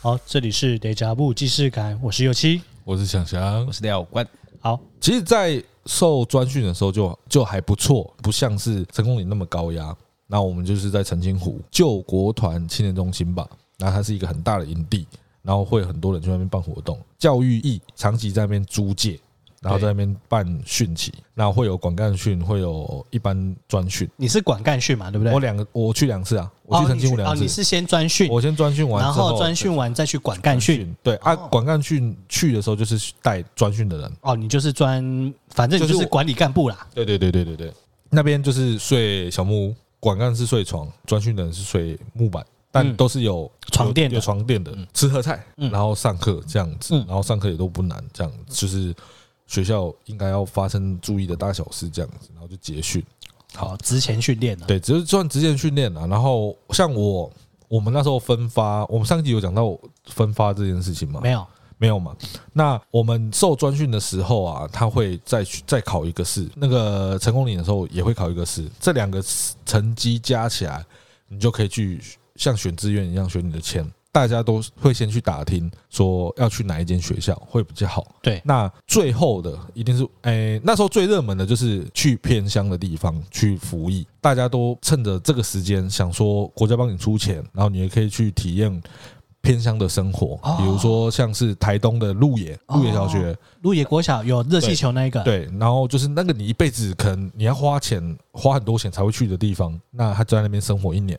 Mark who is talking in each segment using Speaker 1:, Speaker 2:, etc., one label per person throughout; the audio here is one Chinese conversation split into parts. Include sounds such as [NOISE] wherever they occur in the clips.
Speaker 1: 好，这里是 Deja Vu 既视感，我是右七。
Speaker 2: 我是想想
Speaker 3: 我，是廖冠，
Speaker 1: 好，
Speaker 2: 其实，在受专训的时候就就还不错，不像是成功岭那么高压。那我们就是在澄清湖救国团青年中心吧，那它是一个很大的营地，然后会有很多人去那边办活动，教育役长期在那边租借，然后在那边办训期，那会有管干训，会有一般专训。
Speaker 1: 你是管干训嘛，对不对？
Speaker 2: 我两个我去两次啊，我去
Speaker 1: 哦
Speaker 2: 澄
Speaker 1: 你
Speaker 2: 清湖
Speaker 1: 哦
Speaker 2: 两
Speaker 1: 你
Speaker 2: 次，
Speaker 1: 是先专训，
Speaker 2: 我先专训完
Speaker 1: 然
Speaker 2: 之后，
Speaker 1: 后专训完再去管干训。
Speaker 2: 对啊，
Speaker 1: 哦
Speaker 2: 管干训去的时候就是带专训的人。
Speaker 1: 哦，你就是专，反正你就
Speaker 2: 就是是我
Speaker 1: 管理干部啦。
Speaker 2: 对对对对对对，那边就是睡小木屋，管干是睡床，专训的人是睡木板，但
Speaker 1: 嗯
Speaker 2: 都是有
Speaker 1: 床垫的
Speaker 2: 有有床垫的，吃喝菜，
Speaker 1: 嗯
Speaker 2: 然后上课这样子
Speaker 1: 嗯，
Speaker 2: 然后上课也都不难，这样就是学校应该要发生注意的大小事这样子，然后就结训。
Speaker 1: 好，职前训练呢？啊
Speaker 2: 对，只是算职前训练啊。然后像我，我们那时候分发，我们上一集有讲到分发这件事情吗？
Speaker 1: 没有，
Speaker 2: 没有嘛？那我们受专训的时候啊，他会再去再考一个试，那个成功岭的时候也会考一个试，这两个成绩加起来，你就可以去像选志愿一样选你的签。大家都会先去打听，说要去哪一间学校会比较好。
Speaker 1: 对
Speaker 2: 那最后的一定是，诶、那时候最热门的就是去偏乡的地方去服役，大家都趁着这个时间，想说国家帮你出钱，然后你也可以去体验偏乡的生活，
Speaker 1: 哦
Speaker 2: 比如说像是台东的鹿野鹿野小学，
Speaker 1: 鹿野国小有热气球那一个，，
Speaker 2: 对，然后就是那个你一辈子可能你要花钱花很多钱才会去的地方，那他就在那边生活一年。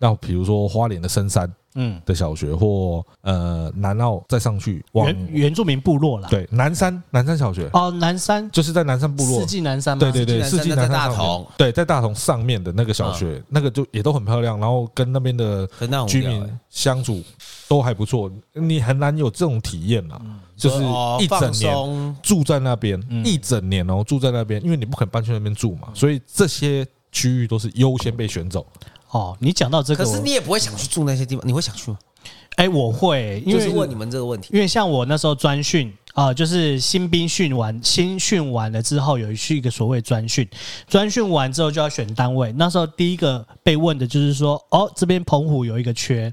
Speaker 2: 那比如说花莲的深山
Speaker 1: 嗯，
Speaker 2: 的小学，或呃南澳再上去往
Speaker 1: 原原住民部落啦。
Speaker 2: 对南山南山小学，
Speaker 1: 哦，南山，
Speaker 2: 就是在南山部落
Speaker 1: 四，季南山吗？
Speaker 2: 对对对，
Speaker 3: 四
Speaker 2: 四
Speaker 3: 季
Speaker 2: 季
Speaker 3: 南
Speaker 2: 南
Speaker 3: 山在大
Speaker 2: 山上
Speaker 3: 同嗯
Speaker 2: 面，对，在大同上面的那个小学，那个就也都很漂亮，然后跟那边的
Speaker 3: 可是那很无
Speaker 2: 居
Speaker 3: 聊欸
Speaker 2: 民相处都还不错，你很难有这种体验啦，就是
Speaker 3: 哦
Speaker 2: 一整
Speaker 3: 放
Speaker 2: 年
Speaker 3: 松，
Speaker 2: 住在那边，
Speaker 1: 嗯
Speaker 2: 一整年哦住在那边，因为你不肯搬去那边住
Speaker 3: 嗯
Speaker 2: 嘛，所以这些区域都是优先被选走。
Speaker 1: 哦，你讲到这个
Speaker 3: 可
Speaker 1: 我，
Speaker 3: 是你也不会想去住那些地方，你会想去吗？
Speaker 1: 哎，我会，因
Speaker 3: 就是
Speaker 1: 为
Speaker 3: 问你们这个问题，
Speaker 1: 因为像我那时候专训啊、就是新兵训完，新训完了之后有去一个所谓专训，专训完之后就要选单位。那时候第一个被问的就是说，哦，这边澎湖有一个缺，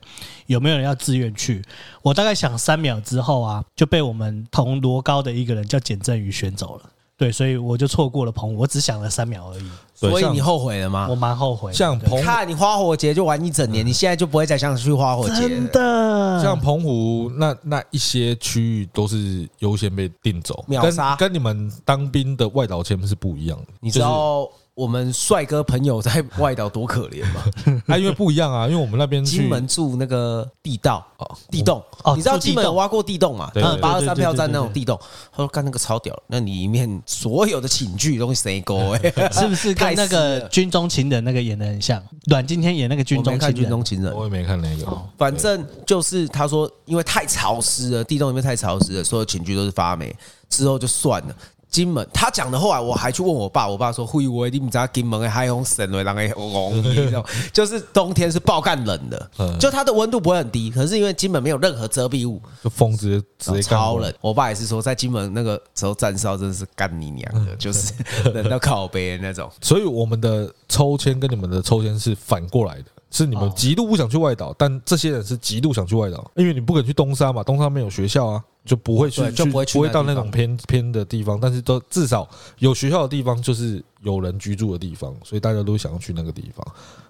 Speaker 1: 有没有人要自愿去？我大概想三秒之后啊，就被我们同罗高的一个人叫简振宇选走了。对，所以我就错过了澎湖，我只想了三秒而已，
Speaker 2: 对
Speaker 3: 所以
Speaker 2: 像
Speaker 3: 你后悔了吗
Speaker 1: 我？蛮后悔的。
Speaker 2: 像
Speaker 1: 对
Speaker 2: 澎
Speaker 3: 看你花火节就玩一整年，你现在就不会再想去花火节
Speaker 1: 真
Speaker 3: 了。
Speaker 1: 的
Speaker 2: 像澎湖那那一些区域都是优先被定走，
Speaker 3: 秒杀
Speaker 2: 跟跟你们当兵的外岛签是不一样的。
Speaker 3: 你知道我们帅哥朋友在外岛多可怜
Speaker 1: [LAUGHS]
Speaker 3: 吗？
Speaker 2: 啊，因为不一样啊，因为我们那边去
Speaker 3: 金门住那个地道、地洞
Speaker 1: 哦，
Speaker 3: 你知道
Speaker 1: 住地
Speaker 3: 金门有
Speaker 1: 洞
Speaker 3: 挖过地洞嘛？嗯
Speaker 2: 对对对
Speaker 3: 八二三
Speaker 1: 对对
Speaker 3: 票站那种
Speaker 1: 对对，
Speaker 3: 地洞，他说干那个超屌，那里面所有的寝具都是谁勾哎
Speaker 1: [LAUGHS] 是不是跟那个
Speaker 3: 太死了
Speaker 1: 军中情人那个演的很像？阮经天演那个军
Speaker 3: 我没
Speaker 1: 中情
Speaker 3: 看
Speaker 1: 人，
Speaker 3: 军中情人，
Speaker 2: 我也没看那个，
Speaker 3: 反正就是他说，因为太潮湿了，地洞里面太潮湿了，所有寝具都是发霉。之后就算了。金门，他讲的后来我还去问我爸，我爸说：“会我你不知道金门的海风神了，让人红你知道，就是冬天是爆干冷的
Speaker 2: [LAUGHS] 嗯，
Speaker 3: 就它的温度不会很低，可是因为金门没有任何遮蔽物，
Speaker 2: 就风直接直接干
Speaker 3: 哦超
Speaker 2: 过来
Speaker 3: 冷。。我爸也是说，在金门那个时候站哨真的是干你娘
Speaker 2: 嗯
Speaker 3: 的，就是 [LAUGHS] 冷到靠背的那种。
Speaker 2: 所以我们的抽签跟你们的抽签是反过来的，是
Speaker 3: 啊
Speaker 2: 你们极度不想去外岛，但这些人是极度想去外岛，因为你不肯去东沙嘛，东沙没有学校啊，就不会去
Speaker 3: 对就不会去
Speaker 2: 不会到那
Speaker 3: 那地方
Speaker 2: 种偏偏的地方，但是都至少有学校的地方就是有人居住的地方，所以大家都想要去那个地方。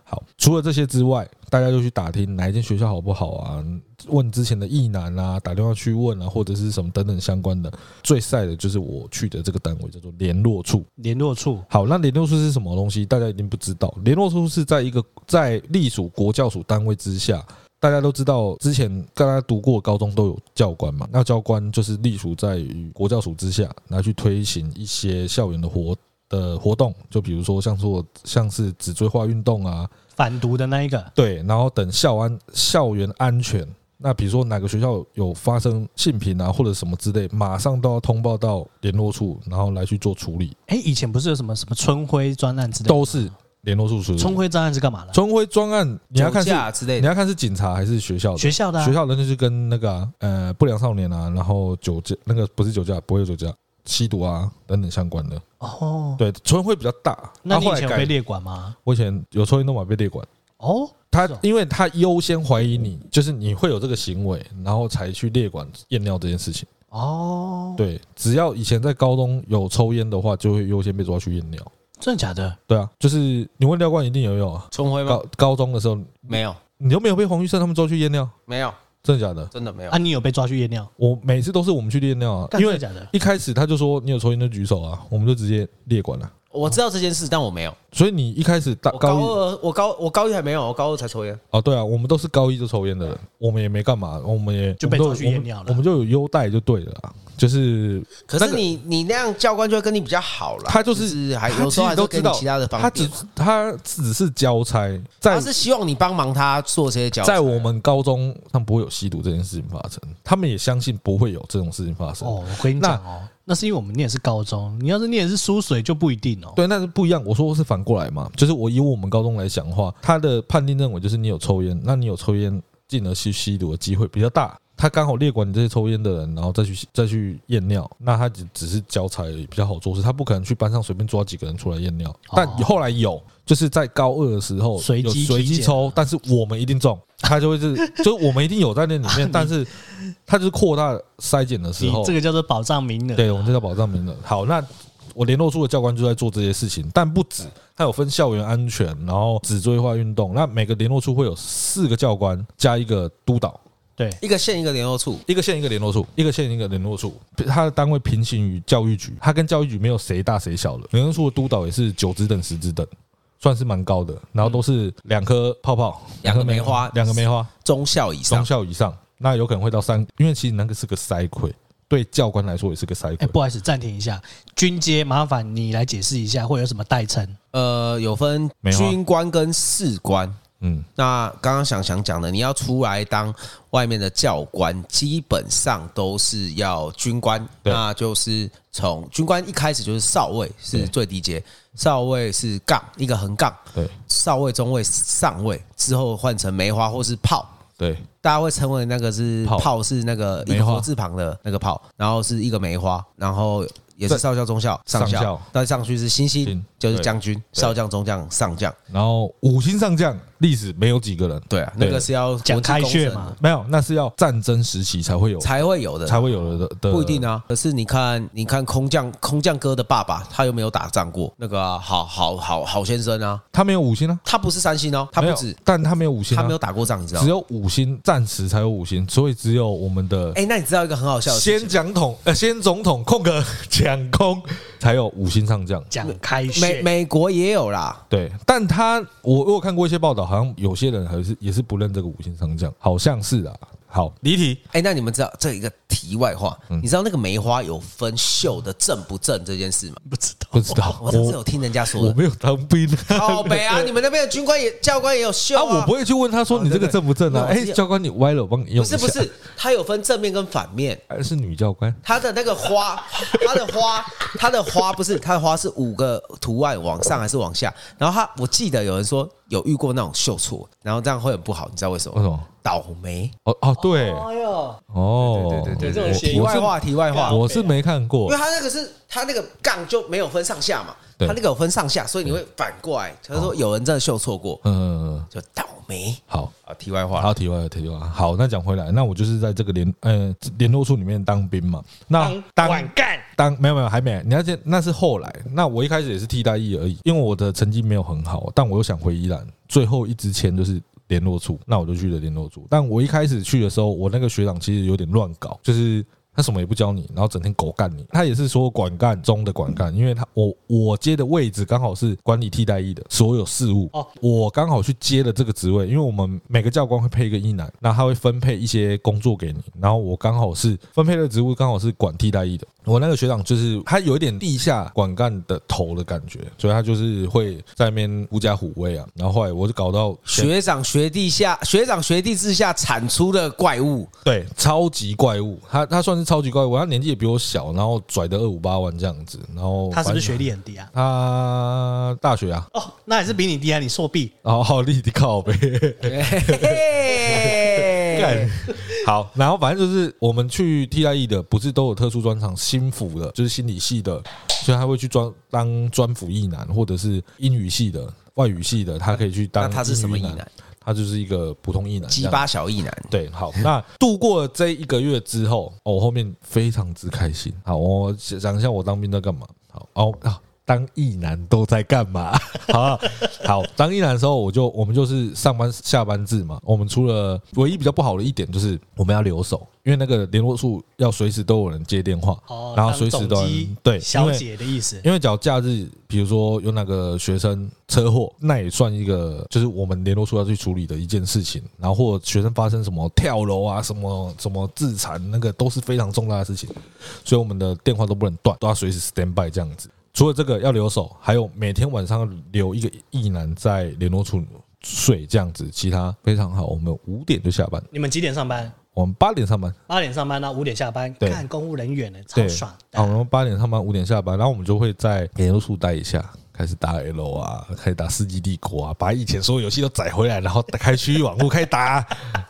Speaker 2: 好，除了这些之外，大家就去打听哪一间学校好不好啊？问之前的意男啊，打电话去问啊，或者是什么等等相关的。最晒的就是我去的这个单位叫做联络处，
Speaker 1: 联络处
Speaker 2: 好，那联络处是什么东西？大家一定不知道。联络处是在一个在隶属国教署单位之下，大家都知道，之前大家读过高中都有教官嘛。那教官就是隶属在于国教署之下，拿去推行一些校园的活的活动，就比如说像做像是纸锥化运动啊，
Speaker 1: 反毒的那一个，
Speaker 2: 对，然后等校安校园安全。那比如说哪个学校有发生性平啊或者什么之类，马上都要通报到联络处，然后来去做处理，
Speaker 1: 哎、以前不是有什么什么春晖专案之类的吗？
Speaker 2: 都是联络处处理。
Speaker 1: 春晖专案是干嘛的？
Speaker 2: 春晖专案，你要看
Speaker 3: 酒
Speaker 2: 是
Speaker 3: 驾之类
Speaker 2: 你
Speaker 3: 的，
Speaker 2: 要看是警察还是学校的？
Speaker 1: 学校的、啊、
Speaker 2: 学校的那就是跟那个啊、呃不良少年啊，然后酒驾那个不是酒驾，不会有酒驾，吸毒啊等等相关的。
Speaker 1: 哦。
Speaker 2: 对，春晖比较大。
Speaker 1: 那
Speaker 2: 啊
Speaker 1: 你
Speaker 2: 后
Speaker 1: 以
Speaker 2: 来
Speaker 1: 前有
Speaker 2: 改
Speaker 1: 被列管吗？
Speaker 2: 我以前有抽烟都嘛被列管，
Speaker 1: 哦，
Speaker 2: 他因为他优先怀疑你，就是你会有这个行为，然后才去列管验尿这件事情。
Speaker 1: 哦，
Speaker 2: 对，只要以前在高中有抽烟的话，就会优先被抓去验尿。
Speaker 1: 真的假的？
Speaker 2: 对啊，就是你问尿罐一定有用啊。
Speaker 3: 冲辉吗
Speaker 2: 高？高中的时候，
Speaker 3: 没有，
Speaker 2: 你又没有被黄玉生他们抓去验尿，
Speaker 3: 没有，
Speaker 2: 真的假的？
Speaker 3: 真的没有
Speaker 1: 啊，。你有被抓去验尿？
Speaker 2: 我每次都是我们去验尿啊，
Speaker 1: 干
Speaker 2: 因
Speaker 1: 真的
Speaker 2: 为
Speaker 1: 假的？
Speaker 2: 一开始他就说你有抽烟就举手啊，我们就直接列管了。
Speaker 3: 我知道这件事，但我没有。
Speaker 2: 所以你一开始大
Speaker 3: 我高
Speaker 2: 啊高一
Speaker 3: 二，我高我高一还没有，我高二才抽烟。
Speaker 2: 哦，对啊，我们都是高一就抽烟的人，我们也没干嘛，我们也
Speaker 1: 就被
Speaker 2: 我们
Speaker 1: 抓去
Speaker 2: 都有
Speaker 1: 验尿了
Speaker 2: 我们我们就有优待就对了啊，就是
Speaker 3: 可是
Speaker 2: 那个
Speaker 3: 你你那样教官就会跟你比较好啦，
Speaker 2: 他就
Speaker 3: 只
Speaker 2: 是
Speaker 3: 还
Speaker 2: 他
Speaker 3: 有时候
Speaker 2: 其实
Speaker 3: 还是
Speaker 2: 都
Speaker 3: 会给
Speaker 2: 知
Speaker 3: 你
Speaker 2: 道，
Speaker 3: 其他的方
Speaker 2: 他只
Speaker 3: 便。
Speaker 2: 他只是交差，在
Speaker 3: 他是希望你帮忙他做这些教材，
Speaker 2: 在我们高中上不会有吸毒这件事情发生，他们也相信不会有这种事情发生。
Speaker 1: 哦，我跟你讲哦，那是因为我们念的是高中，你要是念的是书水就不一定哦。
Speaker 2: 对，那是不一样。我说是反过来嘛，就是我以我们高中来讲的话，他的判定认为就是你有抽烟，那你有抽烟，进而去吸毒的机会比较大。他刚好列管你这些抽烟的人，然后再去吸再去验尿，那他只只是交差而已，比较好做事。他不可能去班上随便抓几个人出来验尿。但后来有，就是在高二的时候
Speaker 1: 哦随
Speaker 2: 有
Speaker 1: 机
Speaker 2: 随
Speaker 1: 体
Speaker 2: 机
Speaker 1: 检啊
Speaker 2: 抽，但是我们一定中，他就会是就是我们一定有在那里
Speaker 1: [LAUGHS]
Speaker 2: 面，但是他就是扩大筛检的时
Speaker 1: 你
Speaker 2: 候，
Speaker 1: 这个叫做保障名额。
Speaker 2: 对，我们这叫保障名额。好，那我联络处的教官就在做这些事情，但不止，他有分校园安全，然后指追化运动。那每个联络处会有四个教官加一个督导，
Speaker 1: 对，
Speaker 3: 一个县一个联络处，
Speaker 2: 一个县一个联络处，一个县一个联络处。他的单位平行于教育局，他跟教育局没有谁大谁小的。联络处的督导也是九职等十职等。算是蛮高的，然后都是两颗泡泡，
Speaker 3: 两个梅花
Speaker 2: 两个梅花，
Speaker 3: 中校以
Speaker 2: 中
Speaker 3: 上。
Speaker 2: 校以上，那有可能会到三，因为其实那个是个筛溃，对教官来说也是个筛
Speaker 1: 哎，
Speaker 2: 溃。
Speaker 1: 不好意思，暂停一下，军阶，麻烦你来解释一下会有什么代称？
Speaker 3: 呃，有分
Speaker 2: 梅花
Speaker 3: 军官跟士官。
Speaker 2: 嗯，
Speaker 3: 那刚刚想想讲的，你要出来当外面的教官，基本上都是要军官，
Speaker 2: 对
Speaker 3: 那就是从军官一开始就是少尉是
Speaker 2: 对
Speaker 3: 最低阶，少尉是杠一个横杠，
Speaker 2: 对
Speaker 3: 少尉、中尉、上尉之后换成梅花或是炮。
Speaker 2: 对，
Speaker 3: 大家会称为那个是
Speaker 2: 炮
Speaker 3: 炮是那个一
Speaker 2: 梅
Speaker 3: 个
Speaker 2: 花
Speaker 3: 火字旁的那个炮，然后是一个梅花，然后也是
Speaker 2: 对
Speaker 3: 少校、中校、上
Speaker 2: 上
Speaker 3: 校
Speaker 2: 校，
Speaker 3: 再上去是星星
Speaker 2: 星，
Speaker 3: 就是
Speaker 2: 对
Speaker 3: 将军、
Speaker 2: 对
Speaker 3: 少将、中将、上将。
Speaker 2: 然后五星上将历史没有几个人，
Speaker 3: 对啊，那个是要
Speaker 1: 讲
Speaker 3: 国际
Speaker 1: 开
Speaker 3: 公
Speaker 1: 学
Speaker 3: 审
Speaker 1: 嘛
Speaker 2: 没有，那是要战争时期才会有，
Speaker 3: 才会有的，
Speaker 2: 才会有的的，
Speaker 3: 不一定啊。可是你看，你看空降空降哥的爸爸，他有没有打仗过？那个啊好好好好先生啊，
Speaker 2: 他没有五星啊，
Speaker 3: 他不是三星哦，他
Speaker 2: 没
Speaker 3: 不
Speaker 2: 有
Speaker 3: 止，，
Speaker 2: 但他没有五星、啊，
Speaker 3: 他没有打过仗，你知道
Speaker 2: 只
Speaker 3: 吗？
Speaker 2: 有五星，战时才有五星，所以只有我们的
Speaker 3: 哎，那你知道一个很好笑的事
Speaker 2: 先
Speaker 3: 情？
Speaker 2: 讲统呃先总统空格抢空才有五星上将。
Speaker 1: 讲开
Speaker 3: 美
Speaker 1: 学，
Speaker 3: 美国也有啦，
Speaker 2: 对，但他我我有看过一些报道，好像有些人还是也是不认这个五星上将，好像是啊。好，离题，
Speaker 3: 哎，那你们知道这一个题外话，
Speaker 2: 嗯
Speaker 3: 你知道那个梅花有分绣的正不正这件事吗？
Speaker 1: 不知道
Speaker 2: 不知道
Speaker 3: [LAUGHS] 我上次有
Speaker 2: 我
Speaker 3: 听人家说
Speaker 2: 我
Speaker 3: 的。
Speaker 2: 没有当兵啊，
Speaker 3: 好北啊，你们那边的军官也教官也有绣
Speaker 2: 啊，我不会去问他说你这个正不正啊？
Speaker 3: 对对
Speaker 2: 哎
Speaker 3: 对，
Speaker 2: 教官你歪了，我帮你用
Speaker 3: 不
Speaker 2: 一
Speaker 3: 是
Speaker 2: 下。
Speaker 3: 不是，它有分正面跟反面。
Speaker 2: 哎，是女教官，
Speaker 3: 它的那个花，它的花，它的花不是它的花是五个图案往上还是往下？然后它，我记得有人说有遇过那种绣错，然后这样会很不好，你知道为什么
Speaker 2: 为
Speaker 3: 吗？
Speaker 2: 什么？
Speaker 3: 倒霉。
Speaker 2: 哦哦，对，
Speaker 1: 呦，
Speaker 2: 哦，
Speaker 1: 对对对这种
Speaker 2: 我
Speaker 1: 谐
Speaker 3: 题
Speaker 1: 音
Speaker 2: 我
Speaker 3: 外
Speaker 2: 是
Speaker 3: 话，题外话，啊
Speaker 2: 我是没看
Speaker 3: 因
Speaker 2: 过
Speaker 3: 为，它那个是它那个杠就没有分上下嘛，
Speaker 2: 对
Speaker 3: 它
Speaker 2: 哦
Speaker 3: 那个有分上下，所以你会反过来，他说有人真的绣错过，
Speaker 2: 嗯，
Speaker 3: 就倒霉
Speaker 2: 好。
Speaker 3: 啊。题外话，
Speaker 2: 好，题外题外话，好，那讲回来，那我就是在这个联呃联络处里面当兵嘛。那
Speaker 1: 管干
Speaker 2: 当没有没有还没，你要先那是后来。那我一开始也是替代役而已，因为我的成绩没有很好，但我又想回宜兰，最后一支签就是联络处，那我就去了联络处。但我一开始去的时候，我那个学长其实有点乱搞，就是。他什么也不教你，然后整天狗干你。他也是说管干中的管干，因为他我我接的位置刚好是管理替代役的所有事务
Speaker 1: 哦，
Speaker 2: 我刚好去接了这个职位，因为我们每个教官会配一个一男，那他会分配一些工作给你，然后我刚好是分配的职务刚好是管替代役的。我那个学长就是他有一点地下管干的头的感觉，所以他就是会在那边狐假虎威啊。然后后来我就搞到
Speaker 3: 学长学弟下，学长学弟之下产出的
Speaker 2: [LAUGHS]
Speaker 3: 怪物，
Speaker 2: 对，超级怪物，他他算是超级怪物，他年纪也比我小，然后拽的二五八万这样子，然后
Speaker 1: 他是不是
Speaker 2: 反
Speaker 1: 学
Speaker 2: 正？
Speaker 1: 历很低啊？
Speaker 2: 他大学啊，
Speaker 1: 哦，那也是比你低啊，你硕毕。
Speaker 2: 然后立地靠呗。
Speaker 3: 嘿嘿
Speaker 2: 干 [LAUGHS] 好，然后反正就是我们去 T I E 的，不是都有特殊专场，心辅的，就是心理系的，所以他会去专当专辅一男，或者是英语系的、外语系的，他可以去当。
Speaker 3: 那他是什么意
Speaker 2: 男？
Speaker 3: 男？
Speaker 2: 他就是一个普通一男这
Speaker 3: 鸡
Speaker 2: 样。
Speaker 3: 巴小一男，
Speaker 2: 对，好，那度过这一个月之后，哦我后面非常之开心。好，我讲一下我当兵在干嘛。好，哦，啊当役男都在干嘛？ [LAUGHS] 好好，当役男的时候，我就我们就是上班下班制嘛。我们除了唯一比较不好的一点就是我们要留守，因为那个联络处要随时都有人接电话，
Speaker 1: 哦，
Speaker 2: 然后
Speaker 1: 当
Speaker 2: 随时
Speaker 1: 总
Speaker 2: 都有
Speaker 1: 机
Speaker 2: 人对，因
Speaker 1: 小
Speaker 2: 为
Speaker 1: 姐的意思，
Speaker 2: 因为讲假日，比如说有哪个学生车祸，那也算一个，就是我们联络处要去处理的一件事情。然后或者学生发生什么跳楼啊，什么什么自残，那个都是非常重大的事情，所以我们的电话都不能断，都要随时 stand by 这样子。除了这个要留守，还有每天晚上留一个一男在联络处睡这样子，其他非常好。我们五点就下班，
Speaker 1: 你们几点上班？
Speaker 2: 我们八点上班。
Speaker 1: 八点上班呢，五点下班，
Speaker 2: 对
Speaker 1: 看公务人员呢，超
Speaker 2: 对，哦
Speaker 1: 爽
Speaker 2: 好，我
Speaker 1: 的。
Speaker 2: 们八点上班，五点下班，然后我们就会在联络处待一下，开始打 L 啊，开始打《世纪帝国》啊，把以前所有游戏都载回来，然后打开区域网络开始
Speaker 1: [LAUGHS]
Speaker 2: 打。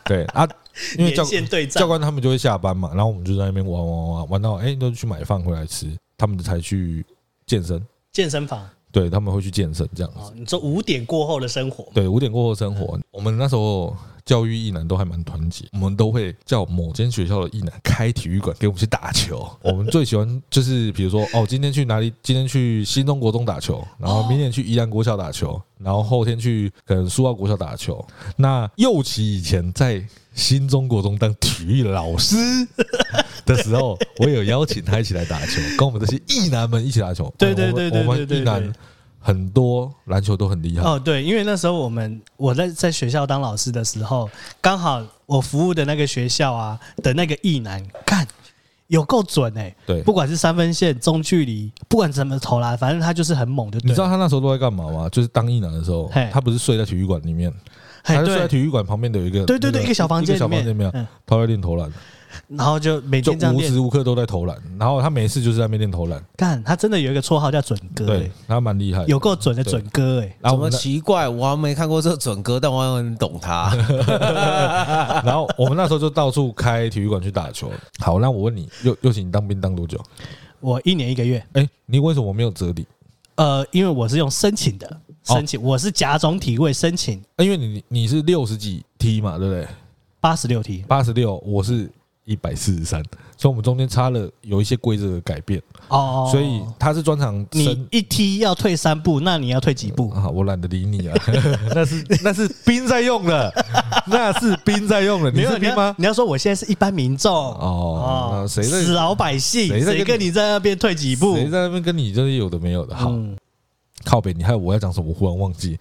Speaker 2: 对啊，因为教
Speaker 1: 连线对战
Speaker 2: 教官他们就会下班嘛，然后我们就在那边玩玩玩玩到哎、都去买饭回来吃，他们才去健身。
Speaker 1: 健身房
Speaker 2: 对他们会去健身这样子。
Speaker 1: 哦，你说五点过后的生活，
Speaker 2: 对，五点过后生活，我们那时候教育一男都还蛮团结，我们都会叫某间学校的一男开体育馆给我们去打球。我们最喜欢就是比如说哦，今天去哪里？今天去新中国中打球，然后明天去宜兰国校打球，然后后天去可能苏澳国校打球。那右旗以前在新中国中当体育老师 [LAUGHS] 的时候，我有邀请他一起来打球，跟我们这些一男们一起打球。
Speaker 1: 对
Speaker 2: 我
Speaker 1: 对
Speaker 2: 们
Speaker 1: 对
Speaker 2: 我
Speaker 1: 对
Speaker 2: 们
Speaker 1: 对对
Speaker 2: 一男很多篮球都很厉害。
Speaker 1: 哦，对，因为那时候我们我在在学校当老师的时候，刚好我服务的那个学校啊的那个艺男，看有够准哎、
Speaker 2: 对
Speaker 1: 不管是三分线、中距离，不管怎么投啦，反正他就是很猛，就对了。
Speaker 2: 你知道他那时候都在干嘛吗？就是当一男的时候
Speaker 1: 嘿，
Speaker 2: 他不是睡在体育馆里面，
Speaker 1: 嘿
Speaker 2: 他就睡在
Speaker 1: 哎对
Speaker 2: 体育馆旁边的有一个
Speaker 1: 对对对
Speaker 2: 那
Speaker 1: 一个小房间
Speaker 2: 一个小房间
Speaker 1: 里
Speaker 2: 里
Speaker 1: 面
Speaker 2: 面
Speaker 1: 嗯，
Speaker 2: 他在练投篮，
Speaker 1: 然后就每
Speaker 2: 就
Speaker 1: 天这样
Speaker 2: 无
Speaker 1: 练
Speaker 2: 时无刻都在投篮。然后他每次就是在那边练投篮，
Speaker 1: 干，他真的有一个绰号叫准哥、欸
Speaker 2: 对，他蛮厉害的。
Speaker 1: 有够准的
Speaker 2: 对
Speaker 1: 准哥哎、
Speaker 2: 然后
Speaker 3: 怎
Speaker 2: 我
Speaker 3: 么
Speaker 2: 们那
Speaker 3: 奇怪？我还没看过这个准哥，但我很懂
Speaker 2: [LAUGHS]
Speaker 3: 他。
Speaker 2: 然后我们那时候就到处开体育馆去打球。好，那我问你，又又请你当兵当多久？
Speaker 1: 我一年一个月，
Speaker 2: 哎，你为什么没有折抵？
Speaker 1: 呃，因为我是用申请的，
Speaker 2: 哦
Speaker 1: 申请、我是甲种体位申请
Speaker 2: 哎因为你你是六十几 T 嘛，对不对？
Speaker 1: 八十六题
Speaker 2: 八十六，我是一百四十三，所以我们中间差了有一些规则的改变，
Speaker 1: 哦，
Speaker 2: 所以他是专场生
Speaker 1: 你一踢要退三步，那你要退几步？
Speaker 2: 啊，我懒得理你啊， [LAUGHS] 那是那是兵在用的，那是兵在用的，你
Speaker 1: 没有
Speaker 2: 是兵
Speaker 1: 要
Speaker 2: 吗？
Speaker 1: 你要说我现在是一般民众
Speaker 2: 哦那谁在
Speaker 1: 死老百姓，
Speaker 2: 谁在
Speaker 1: 谁跟
Speaker 2: 跟
Speaker 1: 你在那边退几步？
Speaker 2: 谁在那边跟你这些有的没有的？好，
Speaker 1: 嗯，
Speaker 2: 靠北，你害我要讲什么，我忽然忘记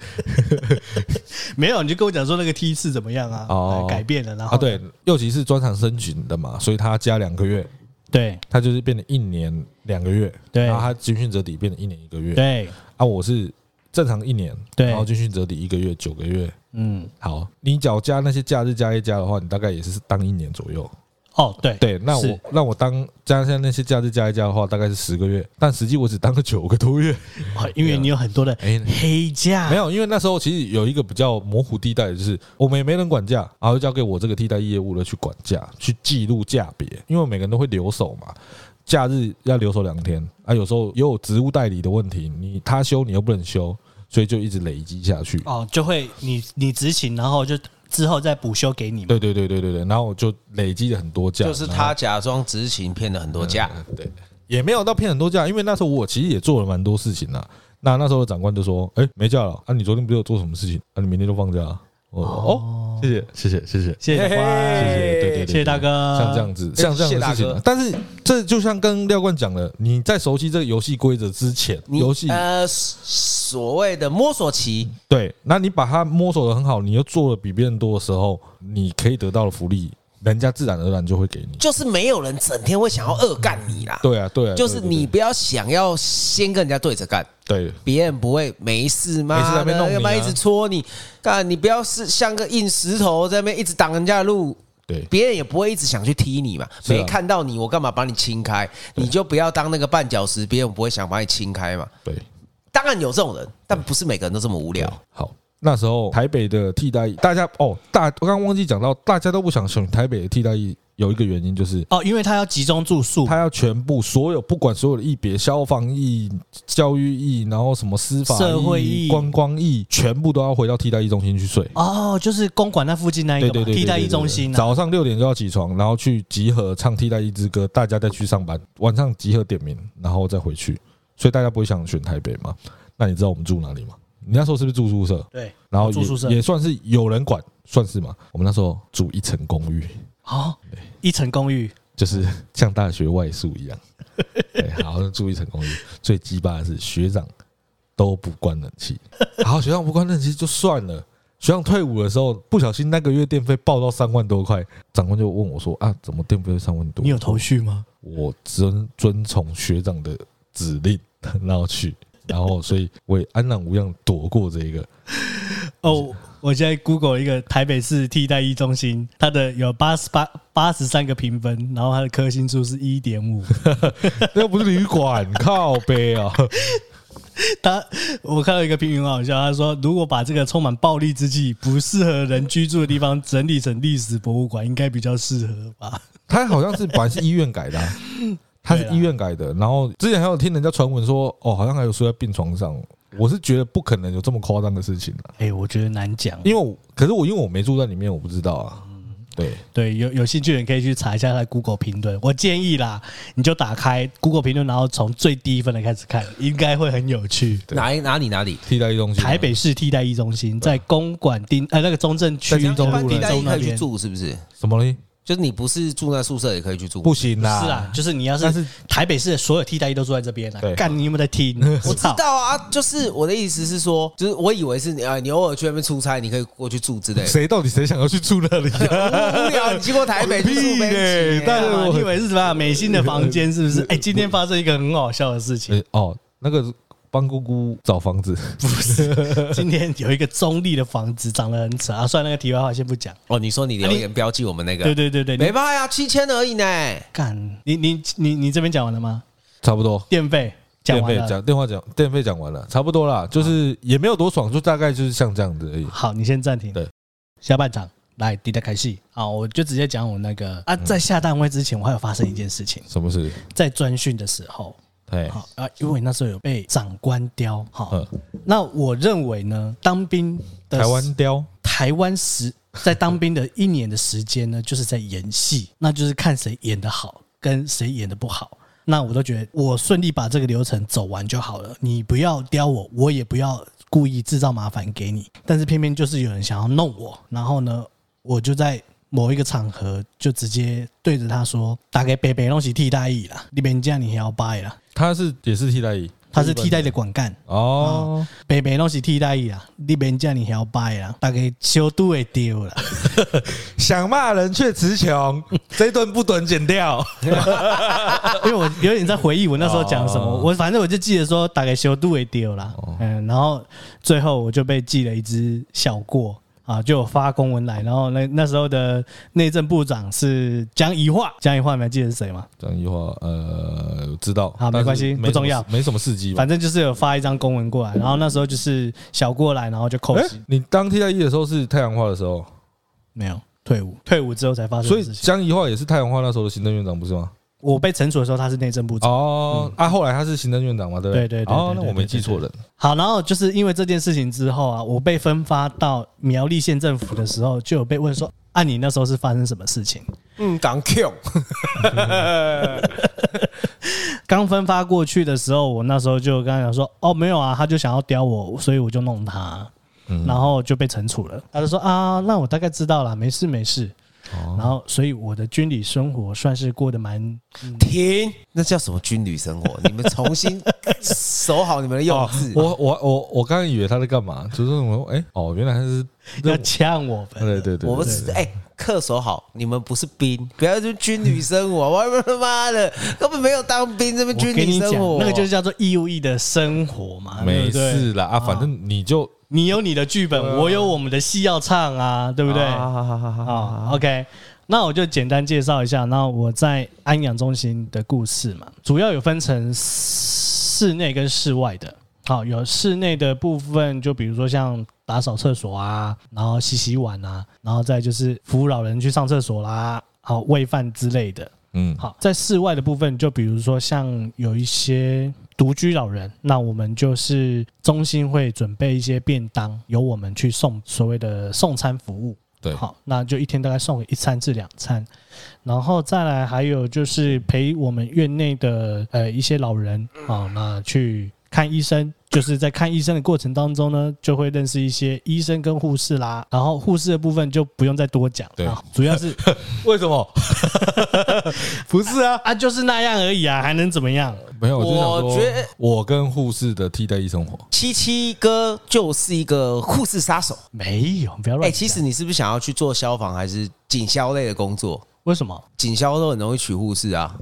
Speaker 1: 没有，你就跟我讲说那个梯次怎么样啊？
Speaker 2: 哦
Speaker 1: 哎改变了，然后
Speaker 2: 啊。对，尤其是专场申请的嘛，所以他加两个月，
Speaker 1: 对
Speaker 2: 他就是变成一年两个月，
Speaker 1: 对
Speaker 2: 然后他军训折抵变成一年一个月，
Speaker 1: 对，
Speaker 2: 啊，我是正常一年，
Speaker 1: 对
Speaker 2: 然后军训折抵一个月九个月。
Speaker 1: 嗯，
Speaker 2: 好，你只要加那些假日加一加的话，你大概也是当一年左右。
Speaker 1: 哦对
Speaker 2: 对，那
Speaker 1: 是
Speaker 2: 我那我当加上那些假日加一加的话，大概是十个月，但实际我只当了九个多月。
Speaker 1: 哦因为你有很多的
Speaker 2: 哎、
Speaker 1: 黑价，
Speaker 2: 没有，因为那时候其实有一个比较模糊地带，就是我们也没人管价，然后就交给我这个替代业务的去管价，去记录价别，因为每个人都会留守嘛。假日要留守两天啊，有时候也有职务代理的问题，你他休你又不能休，所以就一直累积下去。
Speaker 1: 哦，就会你你执勤，然后就之后再补休给你们。
Speaker 2: 对对对对对对，然后我就累积了很多假，
Speaker 3: 就是
Speaker 2: 然后
Speaker 3: 他假装执勤骗了很多假，
Speaker 2: 对，也没有到骗很多假，因为那时候我其实也做了蛮多事情啦。那那时候的长官就说：“哎、没假了啊，你昨天不是有做什么事情啊？你明天就放假、啊。”我说：“哦，谢谢，谢谢，谢谢。”
Speaker 1: 谢谢
Speaker 3: 嘿嘿
Speaker 1: 花，
Speaker 2: 谢谢，对对对，
Speaker 1: 谢谢大哥
Speaker 2: 像这样子，像这样
Speaker 3: 谢
Speaker 2: 的
Speaker 3: 谢大
Speaker 2: 事情
Speaker 3: 哥
Speaker 2: 啊，但是这就像跟廖冠讲的，你在熟悉这个游戏规则之前，
Speaker 3: 你
Speaker 2: 游戏
Speaker 3: 呃所谓的摸索期，
Speaker 2: 对，那你把它摸索的很好，你又做的比别人多的时候，你可以得到的福利，人家自然而然就会给你。
Speaker 3: 就是没有人整天会想要恶干你啦。
Speaker 2: 对啊，对啊，对
Speaker 3: 就是
Speaker 2: 对
Speaker 3: 你
Speaker 2: 对
Speaker 3: 不要想要先跟人家对着干，
Speaker 2: 对
Speaker 3: 别人不会没事吗？
Speaker 2: 没事在那边弄你啊
Speaker 3: 要不然一直戳你，干你不要是像个硬石头在那边一直挡人家的路，
Speaker 2: 对
Speaker 3: 别人也不会一直想去踢你嘛。
Speaker 2: 是啊
Speaker 3: 没看到你，我干嘛把你清开？你就不要当那个绊脚石，别人不会想把你清开嘛。
Speaker 2: 对，
Speaker 3: 当然有这种人，但不是每个人都这么无聊。
Speaker 2: 好，那时候台北的替代役，大家哦，大我刚刚忘记讲到，大家都不想选台北的替代役，有一个原因就是
Speaker 1: 哦，因为他要集中住宿，
Speaker 2: 他要全部所有不管所有的役别，消防役、教育役，然后什么司法役
Speaker 1: 社会役
Speaker 2: 观光役，全部都要回到替代役中心去睡。
Speaker 1: 哦，就是公馆那附近那一
Speaker 2: 对
Speaker 1: 个
Speaker 2: 对
Speaker 1: 嘛
Speaker 2: 对，
Speaker 1: 替代
Speaker 2: 对
Speaker 1: 役
Speaker 2: 对
Speaker 1: 中
Speaker 2: 对
Speaker 1: 心啊，
Speaker 2: 早上六点就要起床，然后去集合唱《替代役之歌》，大家再去上班，晚上集合点名，然后再回去。所以大家不会想选台北嘛？那你知道我们住哪里吗？你那时候是不是住宿舍？
Speaker 1: 对，
Speaker 2: 然后
Speaker 1: 哦住宿舍
Speaker 2: 也也算是有人管，算是嘛。我们那时候住一层公寓，
Speaker 1: 哦，一层公寓，
Speaker 2: 就是像大学外宿
Speaker 1: [LAUGHS]
Speaker 2: 一样。对，好，住一层公寓。最鸡巴的是学长都不关冷气，好，学长不关冷气就算了。学长退伍的时候，不小心那个月电费报到三万多块，长官就问我说：“啊，怎么电费三万多？”
Speaker 1: 你有头绪吗？
Speaker 2: 我遵遵从学长的指令，然后去，然后所以我也安然无恙躲过这一个。
Speaker 1: 哦，我现在 Google 一个台北市替代役中心，它的有八十八八十三个评分，然后它的颗星数是一点五。 [LAUGHS]
Speaker 2: 那不是旅馆，靠背啊！
Speaker 1: 他我看到一个评语很好笑，他说如果把这个充满暴力之气、不适合人居住的地方整理成历史博物馆，应该比较适合吧？
Speaker 2: 他好像是本来是医院
Speaker 1: [LAUGHS]
Speaker 2: 改的啊、他是医院改的。然后之前还有听人家传闻说，哦，好像还有睡在病床上。我是觉得不可能有这么夸张的事情啦，
Speaker 1: 哎、我觉得难讲。
Speaker 2: 因为我可是我因为我没住在里面，我不知道啊。
Speaker 1: 嗯
Speaker 2: 对，
Speaker 1: 对，有有兴趣的人可以去查一下他的 Google 评论。我建议啦，你就打开 Google 评论，然后从最低分的开始看，应该会很有趣。
Speaker 3: 哪一哪里哪里？
Speaker 2: 替代一东西，啊
Speaker 1: 台北市替代役中心在公馆町呃那个中正区
Speaker 2: 在中
Speaker 1: 中
Speaker 2: 路
Speaker 1: 路
Speaker 2: 人
Speaker 3: 替
Speaker 1: 那
Speaker 3: 代役可以去
Speaker 1: 边。
Speaker 3: 住是不是？
Speaker 2: 什么呢？
Speaker 3: 就是你不是住那宿舍也可以去住，
Speaker 2: 不行
Speaker 1: 是
Speaker 2: 啦，
Speaker 1: 啊，就是你要
Speaker 2: 但
Speaker 1: 是
Speaker 2: 是
Speaker 1: 台北市的所有替代役都住在这边啊
Speaker 2: 对，
Speaker 1: 干你有没有在听？ [LAUGHS] 我
Speaker 3: 知道啊，就是我的意思是说，就是我以为是你啊，你偶尔去那边出差，你可以过去住之类
Speaker 2: [LAUGHS]
Speaker 3: 的。
Speaker 2: 谁到底谁想要去住那里、
Speaker 1: [LAUGHS]
Speaker 2: 啊？
Speaker 3: 无聊，你经过台北去住
Speaker 2: 屁
Speaker 3: 呗
Speaker 2: 嘞？但是
Speaker 1: 嘛
Speaker 2: 我
Speaker 1: 你以为是什么啊美心的房间是不是？ [LAUGHS] 哎，今天发生一个很好笑的事情，
Speaker 2: 呃 [LAUGHS] 哦，那个帮姑姑找房子， [LAUGHS]
Speaker 1: 今天有一个中立的房子长得很扯啊，算那个题外话先不讲。
Speaker 3: 哦，你说你留言标记我们那个，
Speaker 1: 对啊对对对，
Speaker 3: 没
Speaker 1: 你
Speaker 3: 办法呀，七千而已呢。
Speaker 1: 干，你你你你这边讲完了吗？
Speaker 2: 差不多。
Speaker 1: 电费讲
Speaker 2: 电
Speaker 1: 完
Speaker 2: 费
Speaker 1: 了。
Speaker 2: 讲电话讲电费讲完了，差不多啦，就是也没有多爽，就大概就是像这样子而已。
Speaker 1: 好，你先暂停。
Speaker 2: 对，
Speaker 1: 下半场来迪达开戏好，我就直接讲我那个啊，
Speaker 2: 嗯
Speaker 1: 在下单位之前，我还有发生一件事情，
Speaker 2: 什么事？
Speaker 1: 在专训的时候，
Speaker 2: 哎，
Speaker 1: 好啊，因为那时候有被长官刁，好
Speaker 2: 嗯，
Speaker 1: 那我认为呢，当兵的
Speaker 2: 台湾雕
Speaker 1: 台湾时在当兵的一年的时间呢，就是在演戏，那就是看谁演的好跟谁演的不好。那我都觉得我顺利把这个流程走完就好了，你不要刁我，我也不要故意制造麻烦给你。但是偏偏就是有人想要弄我，然后呢，我就在某一个场合就直接对着他说：“打给北北东西替代役啦，你别这样，你也要掰啦。
Speaker 2: 他是也是替代役，”
Speaker 1: 他是替代的管干，
Speaker 2: 哦，
Speaker 1: 北北东西替代役啦，你别这样，你也要掰啦，大概小度会丢啦。
Speaker 2: 想骂人却词 [LAUGHS] 穷，这一顿不准剪掉。
Speaker 1: [LAUGHS] 因为我有点在回忆我那时候讲什么，
Speaker 2: 哦
Speaker 1: 我反正我就记得说大概修度也丢啦，嗯，然后最后我就被记了一只小过啊，就有发公文来，然后那那时候的内政部长是江宜桦，江宜桦你们还记得是谁吗？
Speaker 2: 张一华，呃，我知道，
Speaker 1: 好没
Speaker 2: 但是
Speaker 1: 关系
Speaker 2: 没什么
Speaker 1: 不重要
Speaker 2: 没什么事迹吧
Speaker 1: 反。正就是有发一张公文过来，然后那时候就是小过来，然后就扣
Speaker 2: 哎
Speaker 1: 薪，，
Speaker 2: 你当替代役的时候是太阳花的时候，
Speaker 1: 没有退伍，退伍之后才发生
Speaker 2: 所
Speaker 1: 的
Speaker 2: 以
Speaker 1: 事情。
Speaker 2: 江宜桦也是太阳花那时候的行政院长，不是吗？
Speaker 1: 我被惩处的时候他是内政部长，
Speaker 2: 哦，啊，后来他是行政院长嘛，对不
Speaker 1: 对对对对
Speaker 2: 哦，那
Speaker 1: 对
Speaker 2: 我
Speaker 1: 对
Speaker 2: 没记错人。
Speaker 1: 好，然后就是因为这件事情之后啊，我被分发到苗栗县政府的时候，就有被问说，啊，你那时候是发生什么事情？
Speaker 3: 嗯，港 Q [LAUGHS]
Speaker 1: 刚分发过去的时候，我那时候就跟他讲说，哦，没有啊，他就想要刁我，所以我就弄他，
Speaker 2: 嗯
Speaker 1: 然后就被惩处了。他就说啊，那我大概知道了，没事没事。
Speaker 2: 哦
Speaker 1: 然后，所以我的军旅生活算是过得蛮……
Speaker 3: 停，那叫什么军旅生活？你们重新守好你们的
Speaker 2: [LAUGHS]
Speaker 3: 用字。
Speaker 2: 我我我我刚刚以为他在干嘛，就是什么？哎，哦，原来他是
Speaker 1: 要呛我们，
Speaker 2: 对对对，
Speaker 3: 我们
Speaker 2: 对
Speaker 3: 是哎，恪守好，你们不是兵，不要去军旅生活。我他妈的，根本没有当兵，这边
Speaker 1: 我
Speaker 3: 军
Speaker 1: 跟
Speaker 3: 旅
Speaker 1: 你
Speaker 3: 生
Speaker 1: 讲，
Speaker 3: 活，
Speaker 1: 那个就是叫做义务役的生活嘛，
Speaker 2: 没
Speaker 1: 对不对
Speaker 2: 事啦啊，反正你就
Speaker 1: 你有你的剧本，我有我们的戏要唱啊，对不对？
Speaker 3: 嗯好
Speaker 1: 啊
Speaker 3: 好好好好好。
Speaker 1: ，OK，那我就简单介绍一下，那我在安养中心的故事嘛，主要有分成室内跟室外的。好，有室内的部分，就比如说像打扫厕所啊，然后洗洗碗啊，然后再就是服务老人去上厕所啦，好喂饭之类的。
Speaker 2: 嗯，
Speaker 1: 好，在室外的部分，就比如说像有一些独居老人，那我们就是中心会准备一些便当，由我们去送所谓的送餐服务。
Speaker 2: 对
Speaker 1: 好，那就一天大概送一餐至两餐，然后再来还有就是陪我们院内的呃一些老人
Speaker 2: 嗯
Speaker 1: 啊、那去看医生。就是在看医生的过程当中呢，就会认识一些医生跟护士啦。然后护士的部分就不用再多讲，
Speaker 2: 对
Speaker 1: 啊，主要是
Speaker 2: 为什么？ [LAUGHS] 不是啊，
Speaker 1: 啊就是那样而已啊，还能怎么样？
Speaker 2: 没有，我就想
Speaker 3: 我
Speaker 2: 说
Speaker 3: 觉得
Speaker 2: 我跟护士的替代役生活，
Speaker 3: 七七哥就是一个护士杀手。
Speaker 1: 没有，不要 [LAUGHS]
Speaker 3: 哎、
Speaker 1: 乱讲。
Speaker 3: 其实你是不是想要去做消防还是警消类的工作？
Speaker 1: 为什么？
Speaker 3: 警消都很容易取护士啊，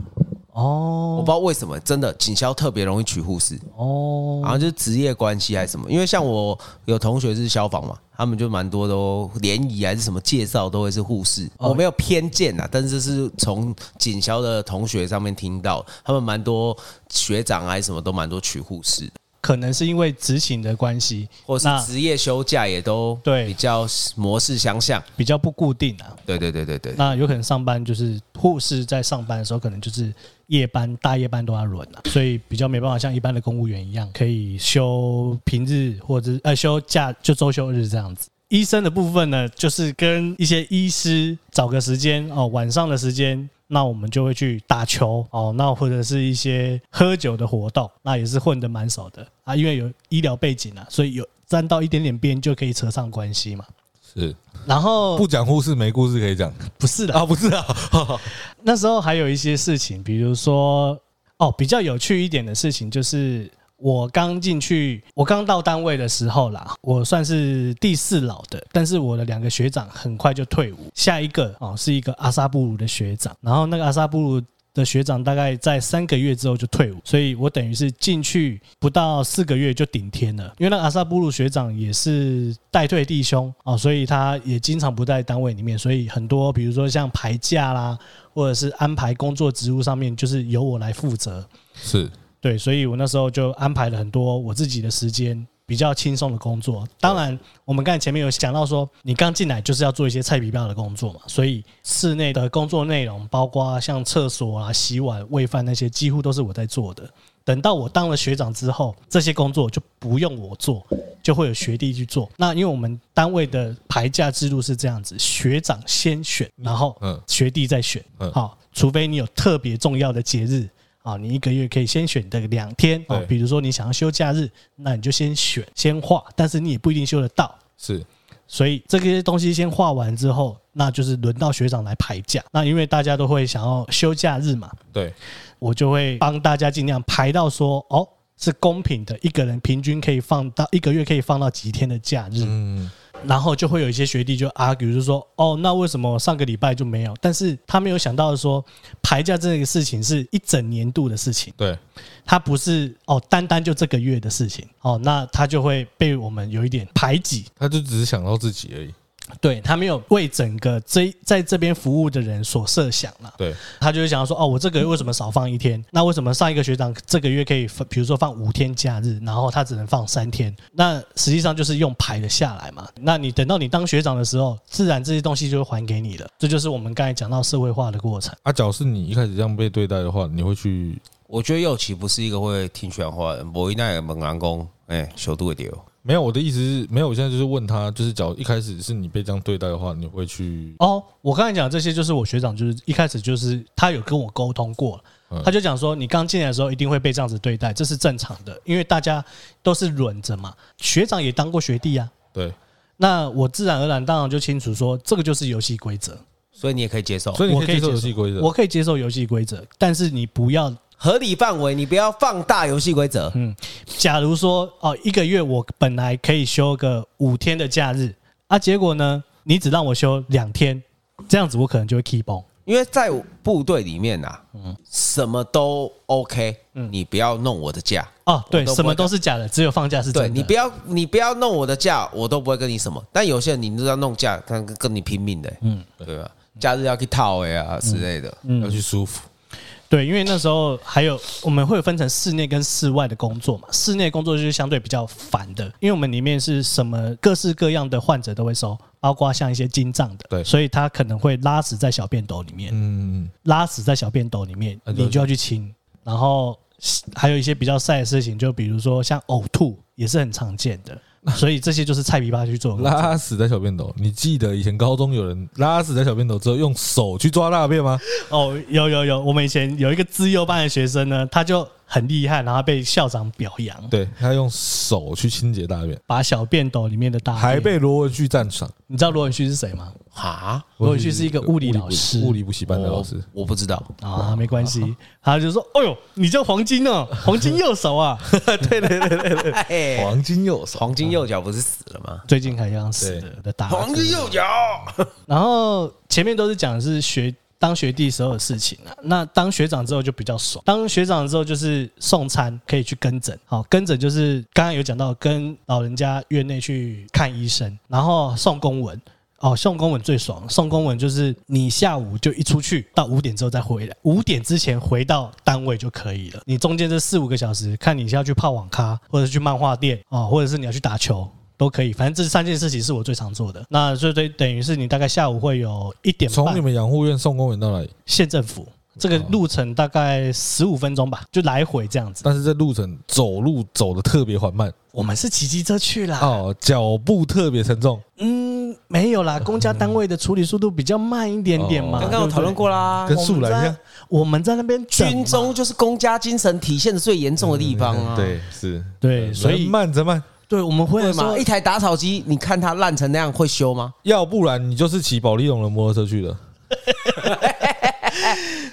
Speaker 3: 我
Speaker 1: 哦
Speaker 3: 不知道为什么，真的警消特别容易取护士，好
Speaker 1: 哦，
Speaker 3: 像就是职业关系还是什么。因为像我有同学是消防嘛，他们就蛮多都联谊还是什么介绍都会是护士。
Speaker 1: 哦
Speaker 3: 我没有偏见啊，但是这是从警消的同学上面听到，他们蛮多学长还是什么都蛮多取护士的，
Speaker 1: 可能是因为执勤的关系，
Speaker 3: 或是
Speaker 1: 那
Speaker 3: 职业休假也都
Speaker 1: 对
Speaker 3: 比较模式相像。
Speaker 1: 比较不固定啊。
Speaker 3: 对对对对对。
Speaker 1: 那有可能上班就是护士在上班的时候，可能就是夜班、大夜班都要轮啊，所以比较没办法像一般的公务员一样可以休平日或者是呃休假就周休日这样子。医生的部分呢，就是跟一些医师找个时间哦，晚上的时间，那我们就会去打球哦，那或者是一些喝酒的活动，那也是混得蛮熟的啊，因为有医疗背景啊，所以有沾到一点点边就可以扯上关系嘛。
Speaker 2: 是
Speaker 1: 然后
Speaker 3: 哦
Speaker 2: 不讲护士没故事可以讲
Speaker 1: 不是的
Speaker 2: 啊？不是啊，
Speaker 1: [LAUGHS] 那时候还有一些事情，比如说哦，比较有趣一点的事情就是。我刚进去，我刚到单位的时候啦，我算是第四老的，但是我的两个学长很快就退伍，下一个哦是一个阿萨布鲁的学长，然后那个阿萨布鲁的学长大概在三个月之后就退伍，所以我等于是进去不到四个月就顶天了。因为那个阿萨布鲁学长也是带退弟兄哦，所以他也经常不在单位里面，所以很多比如说像排假啦，或者是安排工作职务上面，就是由我来负责。
Speaker 2: 是
Speaker 1: 对，所以我那时候就安排了很多我自己的时间。比较轻松的工作，当然，我们刚才前面有讲到说，你刚进来就是要做一些菜皮票的工作嘛，所以室内的工作内容，包括像厕所啊、洗碗、喂饭那些，几乎都是我在做的。等到我当了学长之后，这些工作就不用我做，就会有学弟去做。那因为我们单位的排假制度是这样子，学长先选，然后
Speaker 2: 嗯
Speaker 1: 学弟再选
Speaker 2: 嗯。
Speaker 1: 好，除非你有特别重要的节日啊，你一个月可以先选这个两天啊
Speaker 2: 对，
Speaker 1: 比如说你想要休假日，那你就先选先画，但是你也不一定休得到。
Speaker 2: 是
Speaker 1: 所以这些东西先画完之后，那就是轮到学长来排假。那因为大家都会想要休假日嘛，
Speaker 2: 对，
Speaker 1: 我就会帮大家尽量排到说，哦，是公平的，一个人平均可以放到一个月可以放到几天的假日，
Speaker 2: 嗯，
Speaker 1: 然后就会有一些学弟就 argue，就说，哦，那为什么上个礼拜就没有？但是他没有想到的说，排假这个事情是一整年度的事情，
Speaker 2: 对，
Speaker 1: 它不是哦单单就这个月的事情，哦，那他就会被我们有一点排挤，
Speaker 2: 他就只是想到自己而已，
Speaker 1: 对他没有为整个这在这边服务的人所设想了。
Speaker 2: 对，
Speaker 1: 他就会想说，哦，我这个月为什么少放一天？那为什么上一个学长这个月可以放，比如说放五天假日，然后他只能放三天？那实际上就是用排的下来嘛。那你等到你当学长的时候，自然这些东西就会还给你了。这就是我们刚才讲到社会化的过程。
Speaker 2: 啊，假如是你一开始这样被对待的话，你会去
Speaker 3: 我觉得右奇不是一个会听选话的人，我一奈猛狼公，哎、小度会丢。
Speaker 2: 没有，我的意思是，没有。我现在就是问他，就是假如一开始是你被这样对待的话，你会去
Speaker 1: 哦，我刚才讲这些，就是我学长，就是一开始就是他有跟我沟通过
Speaker 2: 嗯
Speaker 1: 他就讲说，你刚进来的时候一定会被这样子对待，这是正常的，因为大家都是轮着嘛。学长也当过学弟啊，
Speaker 2: 对，
Speaker 1: 那我自然而然当然就清楚说，这个就是游戏规则，
Speaker 3: 所以你也可以接受
Speaker 2: 所以你可
Speaker 1: 我可
Speaker 2: 以
Speaker 1: 以
Speaker 2: 接受游
Speaker 1: 接受
Speaker 2: 戏规则。
Speaker 1: 我可以接受游戏规则，但是你不要，
Speaker 3: 合理范围，你不要放大游戏规则。
Speaker 1: 假如说哦，一个月我本来可以休个五天的假日啊，结果呢，你只让我休两天，这样子我可能就会 keep on。
Speaker 3: 因为在部队里面呐、啊，什么都 OK，你不要弄我的假，
Speaker 1: 哦，对
Speaker 3: 我，都不会
Speaker 1: 什么都是假的，只有放假是真
Speaker 3: 对
Speaker 1: 的。
Speaker 3: 你不要你不要弄我的假，我都不会跟你什么。但有些人你知道弄假，他跟跟你拼命的、嗯，对吧？假日要去套哎啊之类的，
Speaker 2: 要去舒服，
Speaker 1: 对，因为那时候还有我们会有分成室内跟室外的工作嘛，室内工作就是相对比较烦的，因为我们里面是什么各式各样的患者都会收，包括像一些金脏的，
Speaker 2: 对
Speaker 1: 所以他可能会拉屎在小便斗里面，
Speaker 2: 嗯，
Speaker 1: 拉屎在小便斗里面，
Speaker 2: 啊对
Speaker 1: 你就要去清，然后还有一些比较晒的事情，就比如说像呕吐也是很常见的，所以这些就是菜皮巴去做的工作。
Speaker 2: 拉屎在小便斗，你记得以前高中有人拉屎在小便斗之后用手去抓大便吗？
Speaker 1: 哦，有有有，我们以前有一个资优班的学生呢，他就很厉害，然后被校长表扬，
Speaker 2: 对他用手去清洁大便，
Speaker 1: 把小便斗里面的大
Speaker 2: 还
Speaker 1: 便
Speaker 2: 被罗文旭赞赏。
Speaker 1: 你知道罗文旭是谁吗？
Speaker 3: 啊，
Speaker 1: 罗文旭是一个物理老师哦
Speaker 2: 物理补习班的老师。
Speaker 3: 我我不知道，
Speaker 1: 啊，没关系，他就说：“哎呦，你叫黄金哦，黄金右手啊， [LAUGHS]
Speaker 3: 哎，
Speaker 2: 黄金右手，
Speaker 3: 黄金右脚不是死了吗？
Speaker 1: 最近才刚死的的大哥。
Speaker 3: 右脚，”
Speaker 1: 然后前面都是讲的是学当学弟时候的事情啊，那当学长之后就比较爽。当学长之后就是送餐可以去跟诊，好跟诊就是刚刚有讲到跟老人家院内去看医生，然后送公文。哦，送公文最爽。送公文就是你下午就一出去，到五点之后再回来，五点之前回到单位就可以了。你中间这四五个小时，看你是要去泡网咖，或者去漫画店啊、哦，或者是你要去打球。都可以，反正这三件事情是我最常做的。那所以对，等于是你大概下午会有一点
Speaker 2: 从
Speaker 1: 半
Speaker 2: 你们养护院送公园到哪里？
Speaker 1: 县政府，这个路程大概十五分钟吧，就来回这样子。
Speaker 2: 但是这路程走路走的特别缓慢
Speaker 1: 我们是骑机车去
Speaker 3: 啊
Speaker 1: 啦，
Speaker 2: 哦，脚步特别沉重。
Speaker 1: 嗯，没有啦，公家单位的处理速度比较慢一点点嘛。
Speaker 2: 哦
Speaker 3: 刚刚我
Speaker 1: 啊对不对
Speaker 3: 讨论过啦
Speaker 2: 跟，树懒一样，
Speaker 1: 我们在那边等嘛
Speaker 3: 军中就是公家精神体现的最严重的地方啊。
Speaker 2: 嗯对，是，
Speaker 1: 对，所以
Speaker 2: 人慢着慢，
Speaker 1: 对我们会
Speaker 3: 会
Speaker 1: 说
Speaker 3: 吗？哎一台打草机，你看它烂成那样会修吗？
Speaker 2: 要不然你就是骑保利龙的摩托车去的。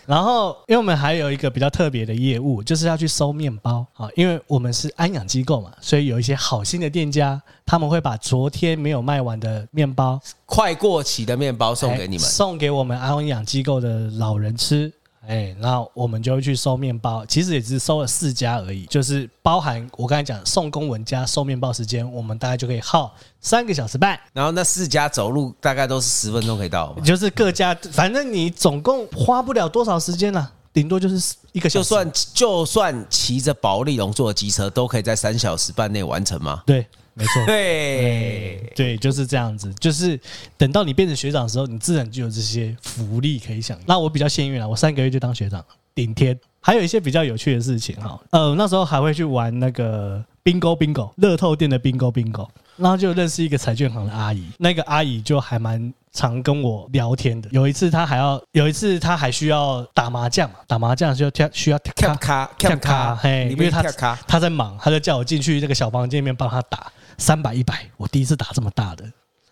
Speaker 1: 然后，因为我们还有一个比较特别的业务，就是要去收面包啊，因为我们是安养机构嘛，所以有一些好心的店家，他们会把昨天没有卖完的面包
Speaker 3: 快过期的面包送给你
Speaker 1: 哎
Speaker 3: 们，
Speaker 1: 送给我们安养机构的老人吃。哎，那我们就会去收面包，其实也只收了四家而已，就是包含我刚才讲送公文加收面包时间，我们大概就可以耗三个小时半。
Speaker 3: 然后那四家走路大概都是十分钟可以到嘛，
Speaker 1: 就是各家，反正你总共花不了多少时间啦、啊顶多就是一个小
Speaker 3: 就
Speaker 1: 时。
Speaker 3: 算就算骑着保利龙坐的机车，都可以在三小时半内完成吗？
Speaker 1: 对，没错。
Speaker 3: 对，
Speaker 1: 哦对，就是这样子。就是等到你变成学长的时候，你自然就有这些福利可以享。那我比较幸运了，我三个月就当学长了，顶天。还有一些比较有趣的事情哈，呃，那时候还会去玩那个 bingo bingo 乐透店的 bingo bingo，然后就认识一个彩券行的阿姨，那个阿姨就还蛮常跟我聊天的。有一次她还要，有一次她还需要打麻将嘛，打麻将需要跳需要跳
Speaker 3: 跳卡跳卡，
Speaker 1: 嘿，
Speaker 3: 你
Speaker 1: 因
Speaker 3: 们
Speaker 1: 为他
Speaker 3: 跳卡，
Speaker 1: 他在忙，他就叫我进去那个小房间里面帮他打三百一百，我第一次打这么大的，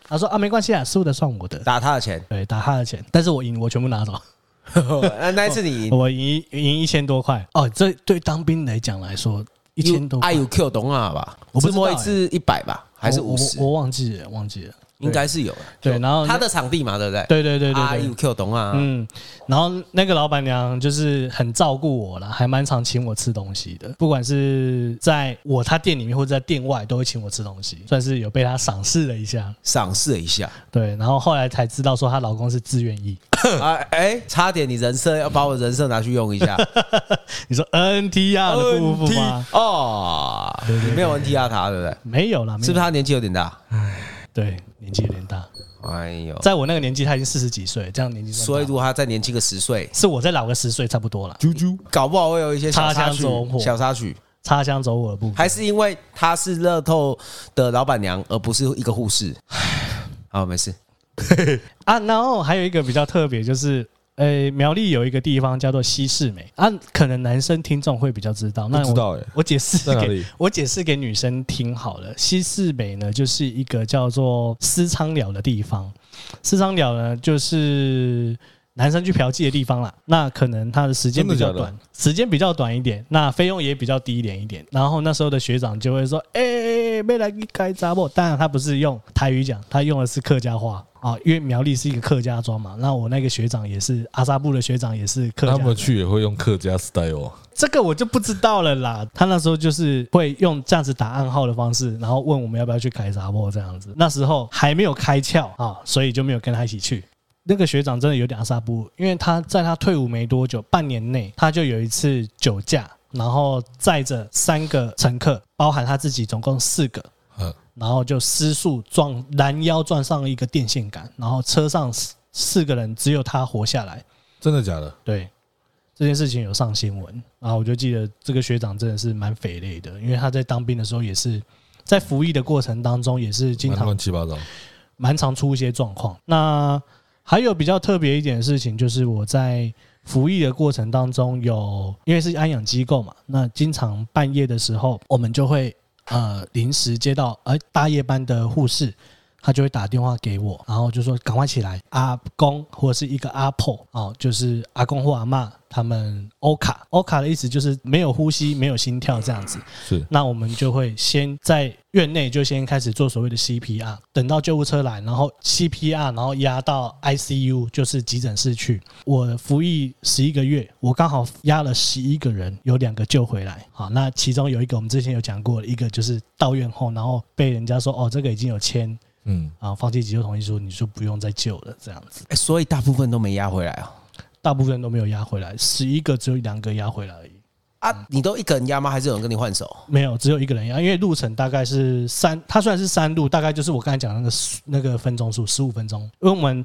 Speaker 1: 他说啊没关系啊，输的算我的，，
Speaker 3: 打他的钱
Speaker 1: [LAUGHS] 对，打他的钱，但是我赢，我全部拿走，
Speaker 3: 那那一次你
Speaker 1: 我赢赢一千多块哦，这对当兵来讲来说一千多块
Speaker 3: 爱，有 Q 懂啊吧？
Speaker 1: 我不知道哎
Speaker 3: 摸一次一百吧，还是
Speaker 1: 我
Speaker 3: 五十
Speaker 1: 我？我忘记了，忘记了，
Speaker 3: 应该是有的。
Speaker 1: 对然后
Speaker 3: 他的场地嘛，对不对？
Speaker 1: 对对对对
Speaker 3: 啊
Speaker 1: 对
Speaker 3: 有 Q 懂啊，
Speaker 1: 嗯，然后那个老板娘就是很照顾我啦，还蛮常请我吃东西的，不管是在我他店里面或者在店外，都会请我吃东西，算是有被他赏识了一下。
Speaker 3: 赏识
Speaker 1: [LAUGHS]
Speaker 3: 一下
Speaker 1: 对，然后后来才知道说她老公是自愿役。
Speaker 3: 啊！哎，差点你人设要把我人设拿去
Speaker 1: [LAUGHS]
Speaker 3: 用一下
Speaker 1: 你说 NTR 的部分吗？
Speaker 3: 哦，你没有 NTR 他，对不对？
Speaker 1: 没有啦，没有
Speaker 3: 是不是他年纪有点大？
Speaker 1: 对，年纪有点大，
Speaker 3: 哎呦，
Speaker 1: 在我那个年纪他已经四十几岁，这样年纪算大
Speaker 3: [LAUGHS] 所以如果他再年轻个十岁，
Speaker 1: 是我再老个十岁差不多了。
Speaker 2: 啾啾，
Speaker 3: 搞不好会有一些小
Speaker 1: 擦
Speaker 3: 插
Speaker 1: 枪
Speaker 3: 曲
Speaker 1: 走火。
Speaker 3: 小插曲
Speaker 1: 擦枪走火的部分，
Speaker 3: 还是因为她是乐透的老板娘，而不是一个
Speaker 1: [SIGHS]
Speaker 3: 护士。好，没事。
Speaker 1: 啊，然后还有一个比较特别，就是呃，苗栗有一个地方叫做西市美啊，可能男生听众会比较知道。那
Speaker 2: 不知
Speaker 1: 我
Speaker 2: 道哎，
Speaker 1: 我解释 [LAUGHS]
Speaker 2: 在哪
Speaker 1: 给
Speaker 2: 里
Speaker 1: 我解释给女生听好了。西四北呢，就是一个叫做私仓寮的地方。私仓寮呢，就是男生去嫖妓的地方啦。那可能他的时间比较
Speaker 2: 真的假的
Speaker 1: 短，时间比较短一点，那费用也比较低廉一点。然后那时候的学长就会说：“哎、欸，没来给开杂货。”当然他不是用台语讲，他用的是客家话。啊，因为苗栗是一个客家庄嘛，那我那个学长也是阿萨布的学长，也是客家
Speaker 2: 他
Speaker 1: 人。
Speaker 2: 们去也会用客家 style 啊。
Speaker 1: 这个我就不知道了啦。他那时候就是会用这样子打暗号的方式，然后问我们要不要去改杂货这样子。那时候还没有开窍啊，所以就没有跟他一起去。那个学长真的有点阿萨布鲁，因为他在他退伍没多久，半年内他就有一次酒驾，然后载着三个乘客，包含他自己，总共四个，
Speaker 2: 嗯，
Speaker 1: 然后就失速撞拦腰撞上一个电线杆，然后车上四四个人只有他活下来。
Speaker 2: 真的假的？
Speaker 1: 对，这件事情有上新闻，然后我就记得这个学长真的是蛮匪类的，因为他在当兵的时候也是在服役的过程当中也是经
Speaker 2: 蛮
Speaker 1: 常
Speaker 2: 乱七八糟。
Speaker 1: 蛮常出一些状况。那还有比较特别一点的事情，就是我在服役的过程当中有，因为是安养机构嘛，那经常半夜的时候，我们就会呃临时接到呃大夜班的护士。他就会打电话给我，然后就说赶快起来，阿公或者是一个阿婆哦，就是阿公或阿嬷他们欧卡，欧卡的意思就是没有呼吸、没有心跳这样子。
Speaker 2: 是
Speaker 1: 那我们就会先在院内就先开始做所谓的 CPR，等到救护车来，然后 CPR，然后压到 ICU，就是急诊室去。我服役十一个月，我刚好压了十一个人，有两个救回来。好，那其中有一个我们之前有讲过，一个就是到院后，然后被人家说哦，这个已经有签
Speaker 2: 嗯，
Speaker 1: 啊放弃急救同意书，你就不用再救了，这样子。
Speaker 3: 哎所以大部分都没压回来啊。
Speaker 1: 大部分人都没有压回来，十一个只有两个压回来而已。
Speaker 3: 啊，你都一个人压吗？还是有人跟你换手？
Speaker 1: 没有，只有一个人压，因为路程大概是三，它虽然是山路，大概就是我刚才讲的那个那个分钟数，十五分钟。因为我们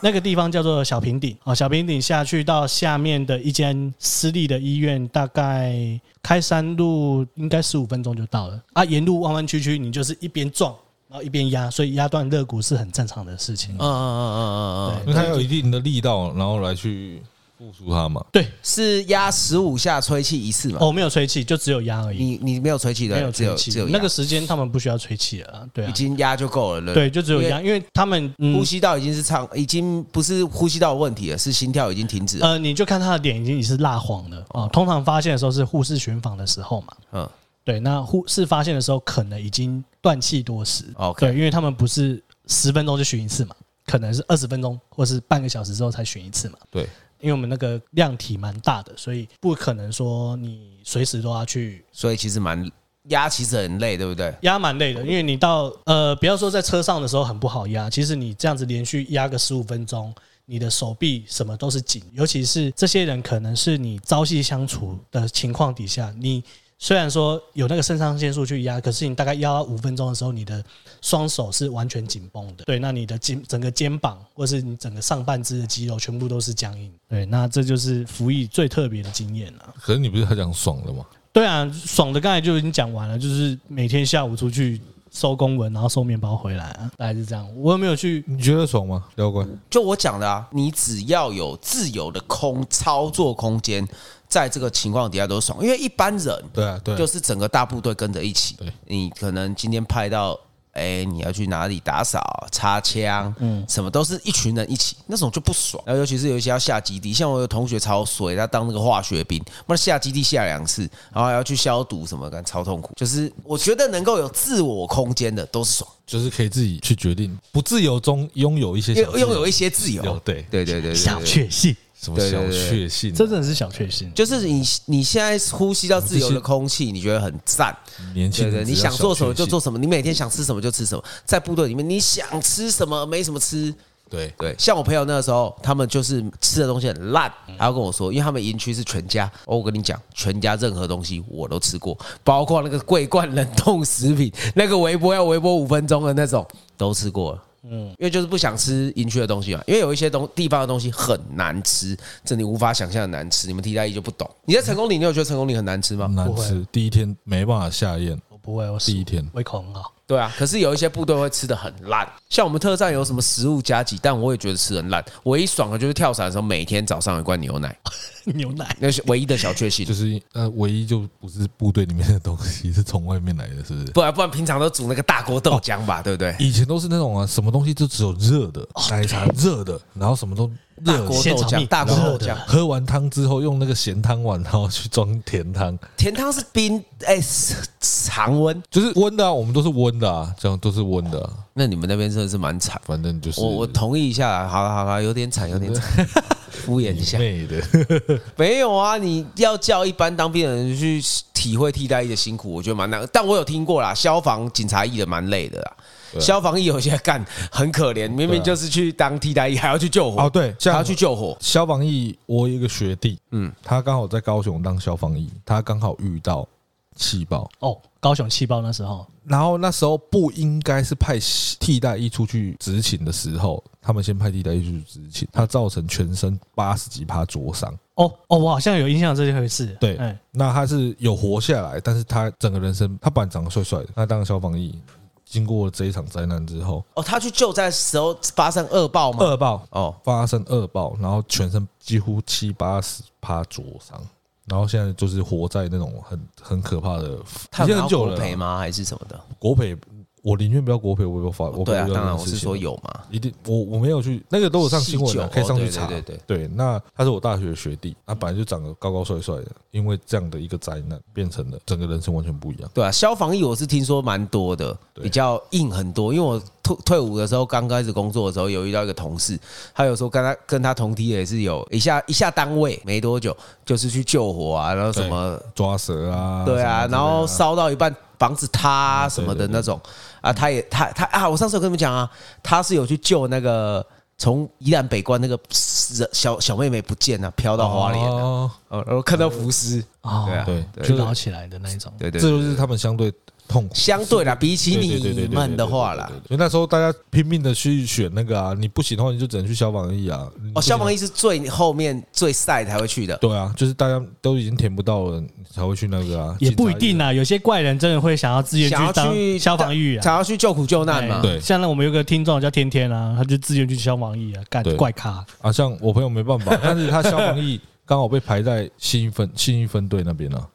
Speaker 1: 那个地方叫做小平顶啊，小平顶下去到下面的一间私立的医院，大概开山路应该十五分钟就到了啊。沿路弯弯曲曲，你就是一边撞，然后一边压，所以压断肋骨是很正常的事情
Speaker 3: 嗯。嗯嗯嗯嗯嗯，
Speaker 2: 因为它有一定的力道，然后来去付出它嘛。
Speaker 1: 对，
Speaker 3: 是压十五下吹气一次嘛？
Speaker 1: 哦，没有吹气，就只有压而已，
Speaker 3: 你你没有吹气的，
Speaker 1: 没有
Speaker 3: 只
Speaker 1: 吹
Speaker 3: 有
Speaker 1: 气
Speaker 3: 只有。
Speaker 1: 那
Speaker 3: 压
Speaker 1: 个时间他们不需要吹气了啊，对啊
Speaker 3: 已，经压就够了，不
Speaker 1: 对，就只有压，因为他们嗯
Speaker 3: 呼吸道已经是畅，已经不是呼吸道的问题了，是心跳已经停止了。
Speaker 1: 呃，你就看他的脸已经是蜡黄了啊、通常发现的时候是护士巡访的时候嘛，
Speaker 3: 嗯，
Speaker 1: 对，那护士发现的时候可能已经断气多时。
Speaker 3: 哦 OK
Speaker 1: 对，因为他们不是十分钟就巡一次嘛，可能是二十分钟或是半个小时之后才巡一次嘛。
Speaker 2: 对，
Speaker 1: 因为我们那个量体蛮大的，所以不可能说你随时都要去
Speaker 3: 所以其实蛮压，其实很累，对不对？
Speaker 1: 压，蛮累的。因为你到呃，不要说在车上的时候很不好压，其实你这样子连续压个十五分钟，你的手臂什么都是紧，尤其是这些人可能是你朝夕相处的情况底下，你虽然说有那个肾上腺素去压，可是你大概压到五分钟的时候，你的双手是完全紧绷的。对，那你的肩整个肩膀或是你整个上半肢的肌肉全部都是僵硬。对，那这就是服役最特别的经验了。
Speaker 2: 可是你不是还讲爽了吗？
Speaker 1: 对啊，爽的刚才就已经讲完了，就是每天下午出去收公文，然后收面包回来啊，大概是这样。我有没有去？
Speaker 2: 你觉得爽吗？妖怪，
Speaker 3: 就我讲的啊，你只要有自由的空操作空间，在这个情况底下都爽，因为一般人
Speaker 2: 对啊，对啊
Speaker 3: 就是整个大部队跟着一起
Speaker 2: 对。
Speaker 3: 你可能今天派到，哎，你要去哪里打扫、擦枪，嗯，什么都是一群人一起，那种就不爽。然后尤其是有一些要下基地，像我有同学超水，他当那个化学兵，那下基地下两次，然后还要去消毒什么，感觉超痛苦。就是我觉得能够有自我空间的都是爽，
Speaker 2: 就是可以自己去决定，不自由中拥有一些
Speaker 3: 因
Speaker 2: 小
Speaker 3: 为拥有
Speaker 2: 一
Speaker 3: 一些自由。
Speaker 2: 对嗯
Speaker 3: 对对对对，
Speaker 1: 小确幸，
Speaker 2: 什么小确幸啊，
Speaker 1: 这真的是小确幸。
Speaker 3: 就是你你现在呼吸到自由的空气，你觉得很赞，
Speaker 2: 年轻
Speaker 3: 对
Speaker 2: 人
Speaker 3: 对，你
Speaker 2: 只要
Speaker 3: 想做什么
Speaker 2: 小确
Speaker 3: 就
Speaker 2: 幸
Speaker 3: 做，什么，你每天想吃什么就吃什么，在部队里面你想吃什么没什么吃。
Speaker 2: 对
Speaker 3: 对，像我朋友那个时候，他们就是吃的东西很烂，还要跟我说，因为他们营区是全家。哦，我跟你讲，全家任何东西我都吃过，包括那个桂冠冷冻食品，那个微波要微波五分钟的那种，都吃过了。嗯，因为就是不想吃营区的东西嘛，因为有一些东地方的东西很难吃，这你无法想象的难吃。你们替代役就不懂。你在成功岭，你有觉得成功岭很难吃吗？
Speaker 2: 很难
Speaker 1: 不
Speaker 2: 吃
Speaker 1: 会，
Speaker 2: 第一天没办法下咽，
Speaker 1: 我不会，我
Speaker 2: 第一天
Speaker 1: 胃口很好。
Speaker 3: 对啊，可是有一些部队会吃的很烂，像我们特战有什么食物加鸡蛋，我也觉得吃得很烂。唯一爽的就是跳伞的时候，每天早上有一罐牛奶，
Speaker 1: [LAUGHS]
Speaker 3: [LAUGHS]
Speaker 1: 牛奶，
Speaker 3: 那是唯一的小确幸
Speaker 2: 就。是呃，唯一就不是部队里面的东西，是从外面来的，是不是？
Speaker 3: 不然不然平常都煮那个大锅豆浆吧，对不对？
Speaker 2: 以前都是那种啊，什么东西就只有热的，
Speaker 1: 哦
Speaker 2: 奶茶热的，然后什么都哦热
Speaker 3: 大
Speaker 2: 的
Speaker 3: 锅豆
Speaker 1: 现炒
Speaker 3: 浆，
Speaker 1: 面
Speaker 3: 大锅豆浆
Speaker 1: 然，
Speaker 2: 喝完汤之后用那个咸汤碗，然后去装甜汤，
Speaker 3: 甜汤是冰，哎，是常温。
Speaker 2: 就是温的啊，我们都是温的啊，这样都是温的啊、
Speaker 3: 那你们那边真的是蛮惨，哦
Speaker 2: 反正就是
Speaker 3: 我我同意一下啦，好了好了，有点惨，有点惨，敷衍一下。
Speaker 2: 妹的，
Speaker 3: 没有啊，你要叫一般当兵的人去体体会替代役的辛苦，我觉得蛮难。但我有听过啦，消防警察役的蛮累的啦。
Speaker 2: 对啊
Speaker 3: 消防役有些干很可怜，明明就是去当替代役，还要去救
Speaker 2: [LAUGHS]
Speaker 3: 火
Speaker 2: 哦对
Speaker 3: 还
Speaker 2: 像
Speaker 3: 要去救火。
Speaker 2: 消防役，我有一个学弟，嗯，他刚好在高雄当消防役，他刚好遇到气爆，
Speaker 1: 哦，高雄气爆那时候，
Speaker 2: 然后那时候不应该是派替代役出去执勤的时候，他们先派替代役出去执勤，他造成全身八十几趴灼伤。
Speaker 1: 哦哦，我好像有印象这一回事。
Speaker 2: 对
Speaker 1: 哎，
Speaker 2: 那他是有活下来，但是他整个人生，他本来长得帅帅的，他当了消防役，经过这一场灾难之后，
Speaker 3: 哦，他去救灾的时候发生恶报吗？
Speaker 2: 恶爆
Speaker 3: 哦，
Speaker 2: 发生恶爆，然后全身几乎七八十趴灼伤，然后现在就是活在那种很很可怕的，
Speaker 3: 他
Speaker 2: 已经很
Speaker 3: 有拿
Speaker 2: 久
Speaker 3: 国
Speaker 2: 了
Speaker 3: 赔
Speaker 2: 啦。
Speaker 3: 吗？还是什么的？
Speaker 2: 国赔，我宁愿不要国赔，我不要发，我不
Speaker 3: 对
Speaker 2: 要
Speaker 3: 啊，
Speaker 2: 这
Speaker 3: 当然
Speaker 2: 种
Speaker 3: 我
Speaker 2: 事
Speaker 3: 是
Speaker 2: 情
Speaker 3: 说有嘛。
Speaker 2: 一定，我我没有去，那个都有上新闻
Speaker 3: 细
Speaker 2: 的、
Speaker 3: 究
Speaker 2: 可以上去
Speaker 3: 哦对
Speaker 2: 查。
Speaker 3: 对对
Speaker 2: 那他是我大学的学弟，他本来就长得高高帅帅的，因为这样的一个灾难，变成了整个人生完全不一样。
Speaker 3: 对啊，消防役我是听说蛮多的，
Speaker 2: 对
Speaker 3: 比较硬很多。因为我退退伍的时候，刚开始工作的时候，有遇到一个同事，他有时候跟他跟他同梯的也是有一下一下单位没多久，就是去救火啊，然后什么
Speaker 2: 抓蛇啊，
Speaker 3: 对啊
Speaker 2: 什么之类，的
Speaker 3: 然后烧到一半房子塌啊什么
Speaker 2: 对
Speaker 3: 的
Speaker 2: 对对
Speaker 3: 那种啊，他也他他啊，我上次有跟你们讲啊，他是有去救那个从宜兰北关那个死小小妹妹不见啊，飘到花莲啊，
Speaker 2: 哦
Speaker 3: 哦，然后看到浮尸，
Speaker 1: 哦
Speaker 3: 对，啊，
Speaker 2: 对
Speaker 1: 就捞起来的那一种。
Speaker 3: 对
Speaker 2: 这
Speaker 3: 对，
Speaker 2: 就是他们相对痛苦。
Speaker 3: 相对啦，比起
Speaker 2: 对对对对
Speaker 3: 你
Speaker 2: 对对
Speaker 3: 们的话啦
Speaker 2: 对，对对所以那时候大家拼命的去选那个啊，你不行的话你就只能去消防役啊。你不
Speaker 3: 哦，
Speaker 2: 行
Speaker 3: 消防役是最后面最晒才会去的。
Speaker 2: 对啊，就是大家都已经填不到了，你才会去那个啊。
Speaker 1: 也不一定
Speaker 2: 啊。
Speaker 1: 啊，有些怪人真的会想要自愿
Speaker 3: 想要
Speaker 1: 去当
Speaker 3: 去
Speaker 1: 消防役啊，
Speaker 3: 想要去救苦救难嘛
Speaker 1: 哎？
Speaker 2: 对
Speaker 1: 像那我们有个听众叫天天啊，他就自愿去消防役啊，干
Speaker 2: 对
Speaker 1: 怪咖。
Speaker 2: 啊，像我朋友没办法，但是他消防役刚好被排在新一分新一分队那边了。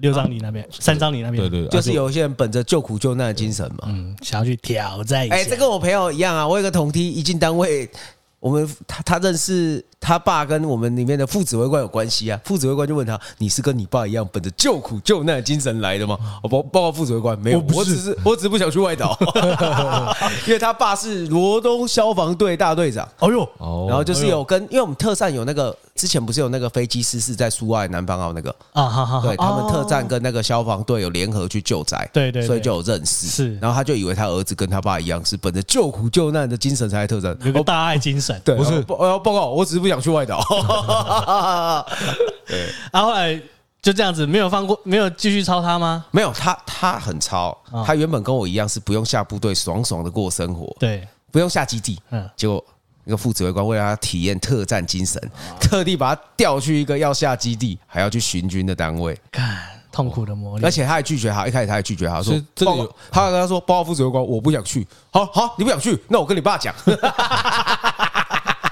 Speaker 1: 六张你那边，三张你那边，
Speaker 2: 对对，对
Speaker 3: 就是
Speaker 2: 啊
Speaker 3: 有一些人本着救苦救难的精神嘛。
Speaker 1: 嗯，想要去挑战一下。
Speaker 3: 哎、这跟我朋友一样啊，我有个同梯，一进单位，我们他他认识他爸跟我们里面的副指挥官有关系啊。副指挥官就问他：“你是跟你爸一样本着救苦救难的精神来的吗？”哦我报报告副指挥官，没有，
Speaker 2: 我不
Speaker 3: 我
Speaker 2: 是
Speaker 3: 只是我只是不想去
Speaker 2: [LAUGHS]
Speaker 3: 外岛，因为他爸是罗东消防队大队长。
Speaker 1: 哎呦，
Speaker 2: 哦，
Speaker 3: 然后就是有跟，因为我们特战有那个之前不是有那个飞机失事在苏外南方澳那个，
Speaker 1: 啊哈哈，
Speaker 3: 对他们
Speaker 1: 哦
Speaker 3: 特战跟那个消防队有联合去救灾，
Speaker 1: 对对对
Speaker 3: 所以就有认识。
Speaker 1: 是
Speaker 3: 然后他就以为他儿子跟他爸一样，是本着救苦救难的精神才来特战。
Speaker 1: 有个
Speaker 3: 哦，
Speaker 1: 大爱精神。 [LAUGHS]
Speaker 3: 对，
Speaker 2: 不是
Speaker 3: 哦报哦报告，我只是不想去外岛。
Speaker 1: 啊，后来就这样子，没有放过，没有继续抄他吗？
Speaker 3: 没有，他他很超，他原本跟我一样是不用下部队，爽爽的过生活，
Speaker 1: 啊对，
Speaker 3: 不用下基地。
Speaker 1: 嗯，
Speaker 3: 结果那个副指挥官为了让他体验特战精神，
Speaker 1: 啊
Speaker 3: 特地把他调去一个要下基地还要去巡军的单位。
Speaker 1: 看痛苦的磨
Speaker 3: 而
Speaker 1: 练。
Speaker 3: 且他还拒绝他，一开始他还拒绝他说
Speaker 2: 所以嗯这，个
Speaker 3: 报
Speaker 2: 有
Speaker 3: 告他还跟他说，报告副指挥官，我不想去。好好，你不想去，那我跟你爸
Speaker 2: [LAUGHS]
Speaker 3: 讲，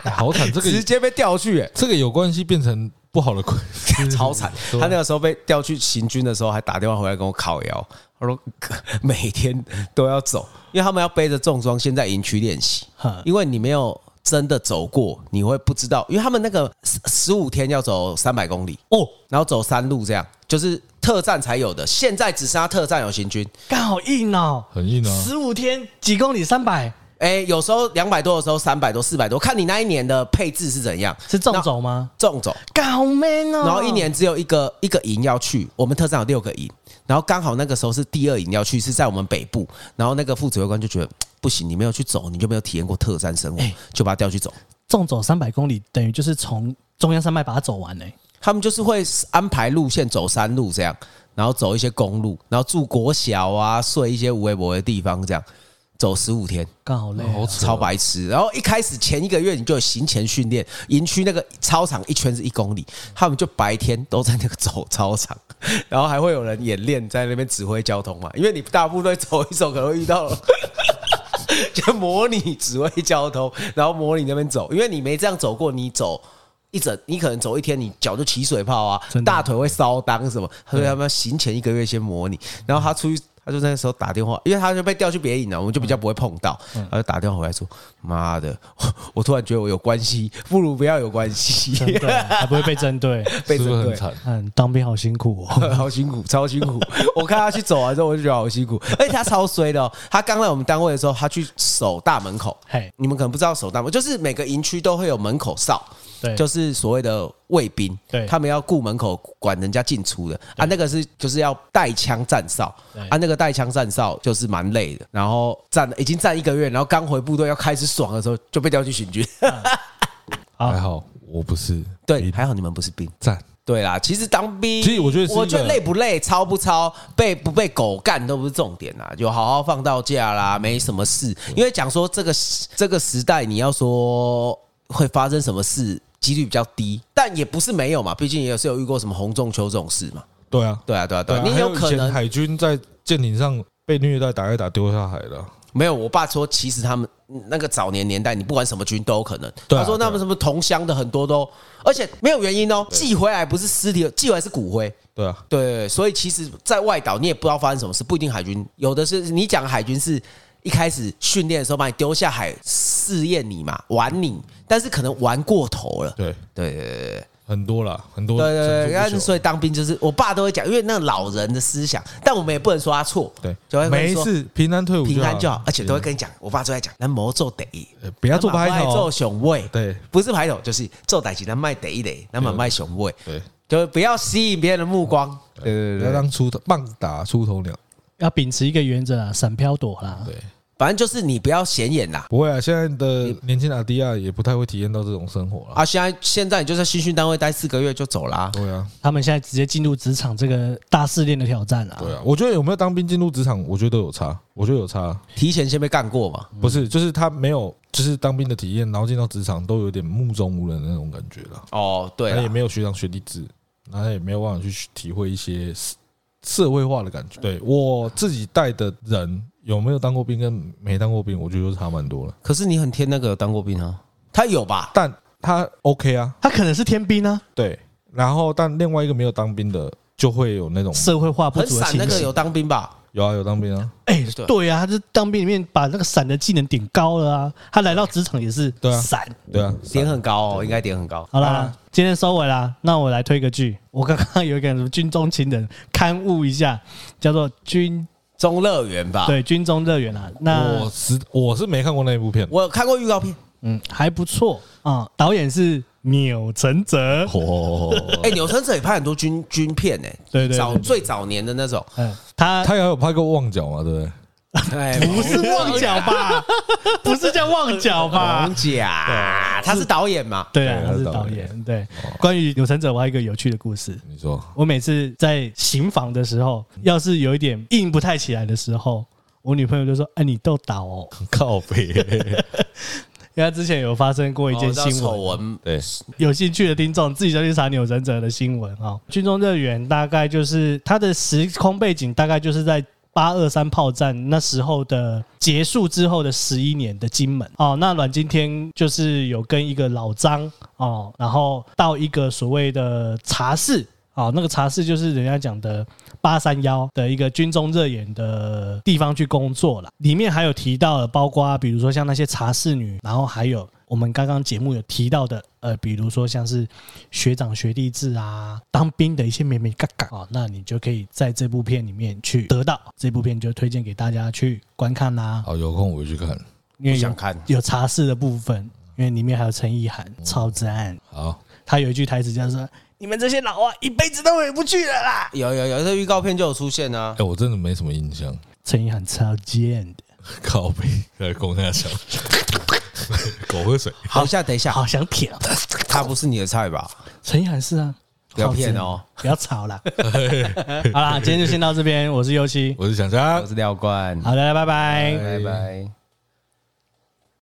Speaker 2: 哎好惨，这
Speaker 3: 直
Speaker 2: 个
Speaker 3: 接被调去、欸，
Speaker 2: 这个有关系变成不好的关系，
Speaker 3: [LAUGHS] 超惨。他那个时候被调去行军的时候，还打电话回 [LAUGHS] 来跟我烤窑，他说哥每天都要走，因为他们要背着重装先在营区练习
Speaker 2: 嗯
Speaker 1: 哼，
Speaker 3: 因为你没有真的走过，你会不知道，因为他们那个十五天要走三百公里，
Speaker 1: 哦，
Speaker 3: 然后走山路这样，就是特战才有的，现在只剩下特战有行军。
Speaker 1: 干好硬哦，
Speaker 2: 很硬啊。
Speaker 1: 十五天几公里，三百
Speaker 3: 哎、有时候两百多的时候，三百多、四百多，看你那一年的配置是怎样。
Speaker 1: 是中走吗？
Speaker 3: 纵走，
Speaker 1: 干好 man 哦。
Speaker 3: 然后一年只有一个一个营要去。我们特战有六个营，然后刚好那个时候是第二营要去，是在我们北部。然后那个副指挥官就觉得嘖不行，你没有去走，你就没有体验过特战生
Speaker 1: 哎
Speaker 3: 活，就把他调去走。
Speaker 1: 纵走三百公里，等于就是从中央山脉把它走完呢、
Speaker 3: 他们就是会安排路线走山路这样，然后走一些公路，然后住国小啊，睡一些无微博的地方这样，走十五天。
Speaker 1: 刚好累、啊。
Speaker 2: 好扯
Speaker 3: 超白痴。然后一开始前一个月你就有行前训练，营区那个操场一圈是一公里，他们就白天都在那个走操场， [LAUGHS] 然后还会有人演练在那边指挥交通嘛，因为你大部队走一走可能会遇到。 [LAUGHS] 就模拟指挥交通，然后模拟那边走，因为你没这样走过，你走一整，你可能走一天，你脚就起水泡啊
Speaker 1: 真，的
Speaker 3: 大腿会烧裆什么，所以他们要行前一个月先模拟，然后他出去。他就那个时候打电话，因为他就被调去别营了，我们就比较不会碰到。他就打电话回来说：“妈的， [LAUGHS] 我我突然觉得我有关系，不如不要有关系，
Speaker 1: 真的啊 [LAUGHS] 还不会被针对。
Speaker 3: [LAUGHS] 被
Speaker 2: 是
Speaker 3: 针
Speaker 2: 不是很
Speaker 3: 对。”
Speaker 2: 惨？
Speaker 1: 嗯，当兵好辛苦 [LAUGHS] 哦。
Speaker 3: [LAUGHS] 好辛苦，超辛苦。 [LAUGHS] 我看他去走完之后，我就觉得好辛苦。而且他超衰的、哦，他刚来我们单位的时候，他去守大门口。
Speaker 1: 嘿，
Speaker 3: 你们可能不知道守大门，就是每个营区都会有门口哨，
Speaker 1: 对，
Speaker 3: 就是是所谓的卫兵，
Speaker 1: 对
Speaker 3: 他们要顾门口管人家进出的啊。那个是就是要带枪站哨
Speaker 1: 对
Speaker 3: 啊，那个带枪站哨就是蛮累的。然后站已经站一个月，然后刚回部队要开始爽的时候，就被调去巡军。
Speaker 2: 还
Speaker 1: 啊，
Speaker 2: 好我不是
Speaker 3: 对，
Speaker 2: 兵
Speaker 3: 还好你们不是兵。
Speaker 2: 赞，
Speaker 3: 对啦，其实当兵，
Speaker 2: 其实我觉得是一个
Speaker 3: 我觉得累不累、操不操、被不被狗干都不是重点啦，就好好放到假啦，没什么事。因为讲说这个时这个时代，你要说会发生什么事，几率比较低，但也不是没有嘛，毕竟也是有遇过什么红中秋这种事嘛。
Speaker 2: 对啊，
Speaker 3: 对啊，对啊，对
Speaker 2: 对
Speaker 3: 啊
Speaker 2: 啊，，
Speaker 3: 你
Speaker 2: 还
Speaker 3: 有
Speaker 2: 有
Speaker 3: 可
Speaker 2: 以前
Speaker 3: 能
Speaker 2: 海军在舰艇上被虐待，打一打丢下海了。
Speaker 3: 没有。我爸说，其实他们那个早年年代，你不管什么军都有可能。
Speaker 2: 对啊
Speaker 3: 他说他们
Speaker 2: 对啊
Speaker 3: 什么同乡的很多都，而且没有原因哦，寄回来不是尸体，寄回来是骨灰。
Speaker 2: 对啊，
Speaker 3: 对，所以其实，在外岛你也不知道发生什么事，不一定海军，有的是你讲海军是一开始训练的时候把你丢下海试验你嘛，玩你，但是可能玩过头了。
Speaker 2: 对，
Speaker 3: 对对对对
Speaker 2: 很多啦，很多
Speaker 3: 对对
Speaker 2: 层
Speaker 3: 对，
Speaker 2: 出不
Speaker 3: 但
Speaker 2: 穷
Speaker 3: 所以当兵就是我爸都会讲，因为那老人的思想，但我们也不能说他错，就
Speaker 2: 对，
Speaker 3: 会
Speaker 2: 没
Speaker 3: 说
Speaker 2: 事，平安退伍，
Speaker 3: 平安就好，而且都会跟你讲，我爸都在讲，咱谋做得意，
Speaker 2: 呃不要做
Speaker 3: 咱
Speaker 2: 拍
Speaker 3: 嘛不爱
Speaker 2: 头
Speaker 3: 做
Speaker 2: 哦，
Speaker 3: 雄伟，
Speaker 2: 对
Speaker 3: 不是排头就是做代志，咱卖得一得，咱嘛卖雄伟，
Speaker 2: 对，
Speaker 3: 就不要吸引别人的目光。对对
Speaker 2: 不要当出头棒打出头鸟，
Speaker 1: 要秉持一个原则啊，闪飘躲啦。
Speaker 2: 对，
Speaker 3: 反正就是你不要显眼啦。
Speaker 2: 不会啊，现在的年轻阿迪亚也不太会体验到这种生活了。
Speaker 3: 啊，现在现在你就在新训单位待四个月就走啦、
Speaker 2: 对啊，
Speaker 1: 他们现在直接进入职场这个大试炼的挑战啊。
Speaker 2: 对啊，我觉得有没有当兵进入职场，我觉得都有差，我觉得有差，
Speaker 3: 提前先被干过嘛。
Speaker 2: 不是，就是他没有，就是当兵的体验，然后进到职场都有点目中无人的那种感觉了。
Speaker 3: 哦，对
Speaker 2: 他
Speaker 3: 啦
Speaker 2: 也没有学长学弟制，然后他也没有办法去体会一些社社会化的感觉。对我自己带的人有没有当过兵跟没当过兵，我觉得就差蛮多了。
Speaker 3: 可是你很贴那个有当过兵啊，他有吧？
Speaker 2: 但他 OK 啊，
Speaker 1: 他可能是天兵啊呢，
Speaker 2: 对。然后但另外一个没有当兵的就会有那种
Speaker 1: 社会化不
Speaker 3: 很
Speaker 1: 足的
Speaker 3: 闪
Speaker 1: 情
Speaker 3: 那个
Speaker 1: 形
Speaker 3: 有。当兵吧？
Speaker 2: 有啊有当兵啊，
Speaker 1: 哎
Speaker 3: 对，
Speaker 1: 对啊，他是当兵里面把那个闪的技能顶高了啊。他来到职场也是
Speaker 2: 对啊
Speaker 1: 闪。
Speaker 2: 对啊，
Speaker 3: 点很高哦，应该点很高。
Speaker 1: 好啦，今天收尾啦。那我来推个剧，我刚刚有一个什么军中情人刊物一下，叫做《军
Speaker 3: 中乐园吧？，
Speaker 1: 对军中乐园》啊。那
Speaker 2: 我是我是没看过那一部片，
Speaker 3: 我有看过预告片。
Speaker 1: 嗯还不错啊、导演是钮承泽，
Speaker 2: 哦，
Speaker 3: 哎，钮承泽也拍很多军军片呢，
Speaker 1: 对对对
Speaker 3: 早最早年的那种。
Speaker 1: 嗯，他
Speaker 2: 他也有拍过《旺角》嘛，对不对？
Speaker 3: [LAUGHS] 哎，
Speaker 1: 不是旺角吧？不是叫旺角吧
Speaker 3: 王？甲，他是导演嘛？
Speaker 1: 对啊，
Speaker 2: 对
Speaker 1: 他是
Speaker 2: 他是
Speaker 1: 导
Speaker 2: 导演
Speaker 1: 演。哦对，关于钮承泽，我还有一个有趣的故事。
Speaker 2: 你说
Speaker 1: 我每次在行房的时候，要是有一点硬不太起来的时候，我女朋友就说：“哎，你豆倒哦。 [LAUGHS]
Speaker 2: 靠北，”
Speaker 1: 因为她之前有发生过一件
Speaker 3: 哦叫
Speaker 1: 新
Speaker 3: 丑
Speaker 1: 闻，
Speaker 3: 闻
Speaker 2: [LAUGHS] 对，
Speaker 1: 有兴趣的听众自己再去查钮承泽的新闻啊、军中乐园大概就是它的时空背景，大概就是在八二三炮战那时候的结束之后的十一年的金门哦。那阮经天就是有跟一个老张哦，然后到一个所谓的茶室。哦，那个茶室就是人家讲的八三幺的一个军中热演的地方去工作了。里面还有提到了，包括比如说像那些茶室女，然后还有我们刚刚节目有提到的，呃，比如说像是学长学弟制啊，当兵的一些美美嘎嘎啊，那你就可以在这部片里面去得到。这部片就推荐给大家去观看啦、
Speaker 2: 好有空我去看。
Speaker 1: 因为
Speaker 3: 想
Speaker 1: 有
Speaker 3: 看
Speaker 1: 有茶室的部分，因为里面还有陈意涵，超赞。
Speaker 2: 好，
Speaker 1: 他有一句台词叫做：“你们这些老啊，一辈子都回不去了啦。
Speaker 3: 有有有，这预告片就有出现啊
Speaker 2: 哎、。我真的没什么印象。”
Speaker 1: 陈意涵超贱的。
Speaker 2: 靠背在供大小， [LAUGHS] 狗喝水。
Speaker 3: 等一下，等一下，
Speaker 1: 好想舔 [LAUGHS] 哦。
Speaker 3: 他不是你的菜吧？
Speaker 1: 陈意涵是啊，
Speaker 3: 不要骗哦
Speaker 1: 好吃，不要吵
Speaker 3: [LAUGHS]
Speaker 1: 了。好啦，今天就先到这边，我是尤七，
Speaker 2: 我是想想
Speaker 3: 啊
Speaker 2: 啊
Speaker 3: 我，是廖冠，
Speaker 1: 好的，拜拜。
Speaker 3: 拜拜。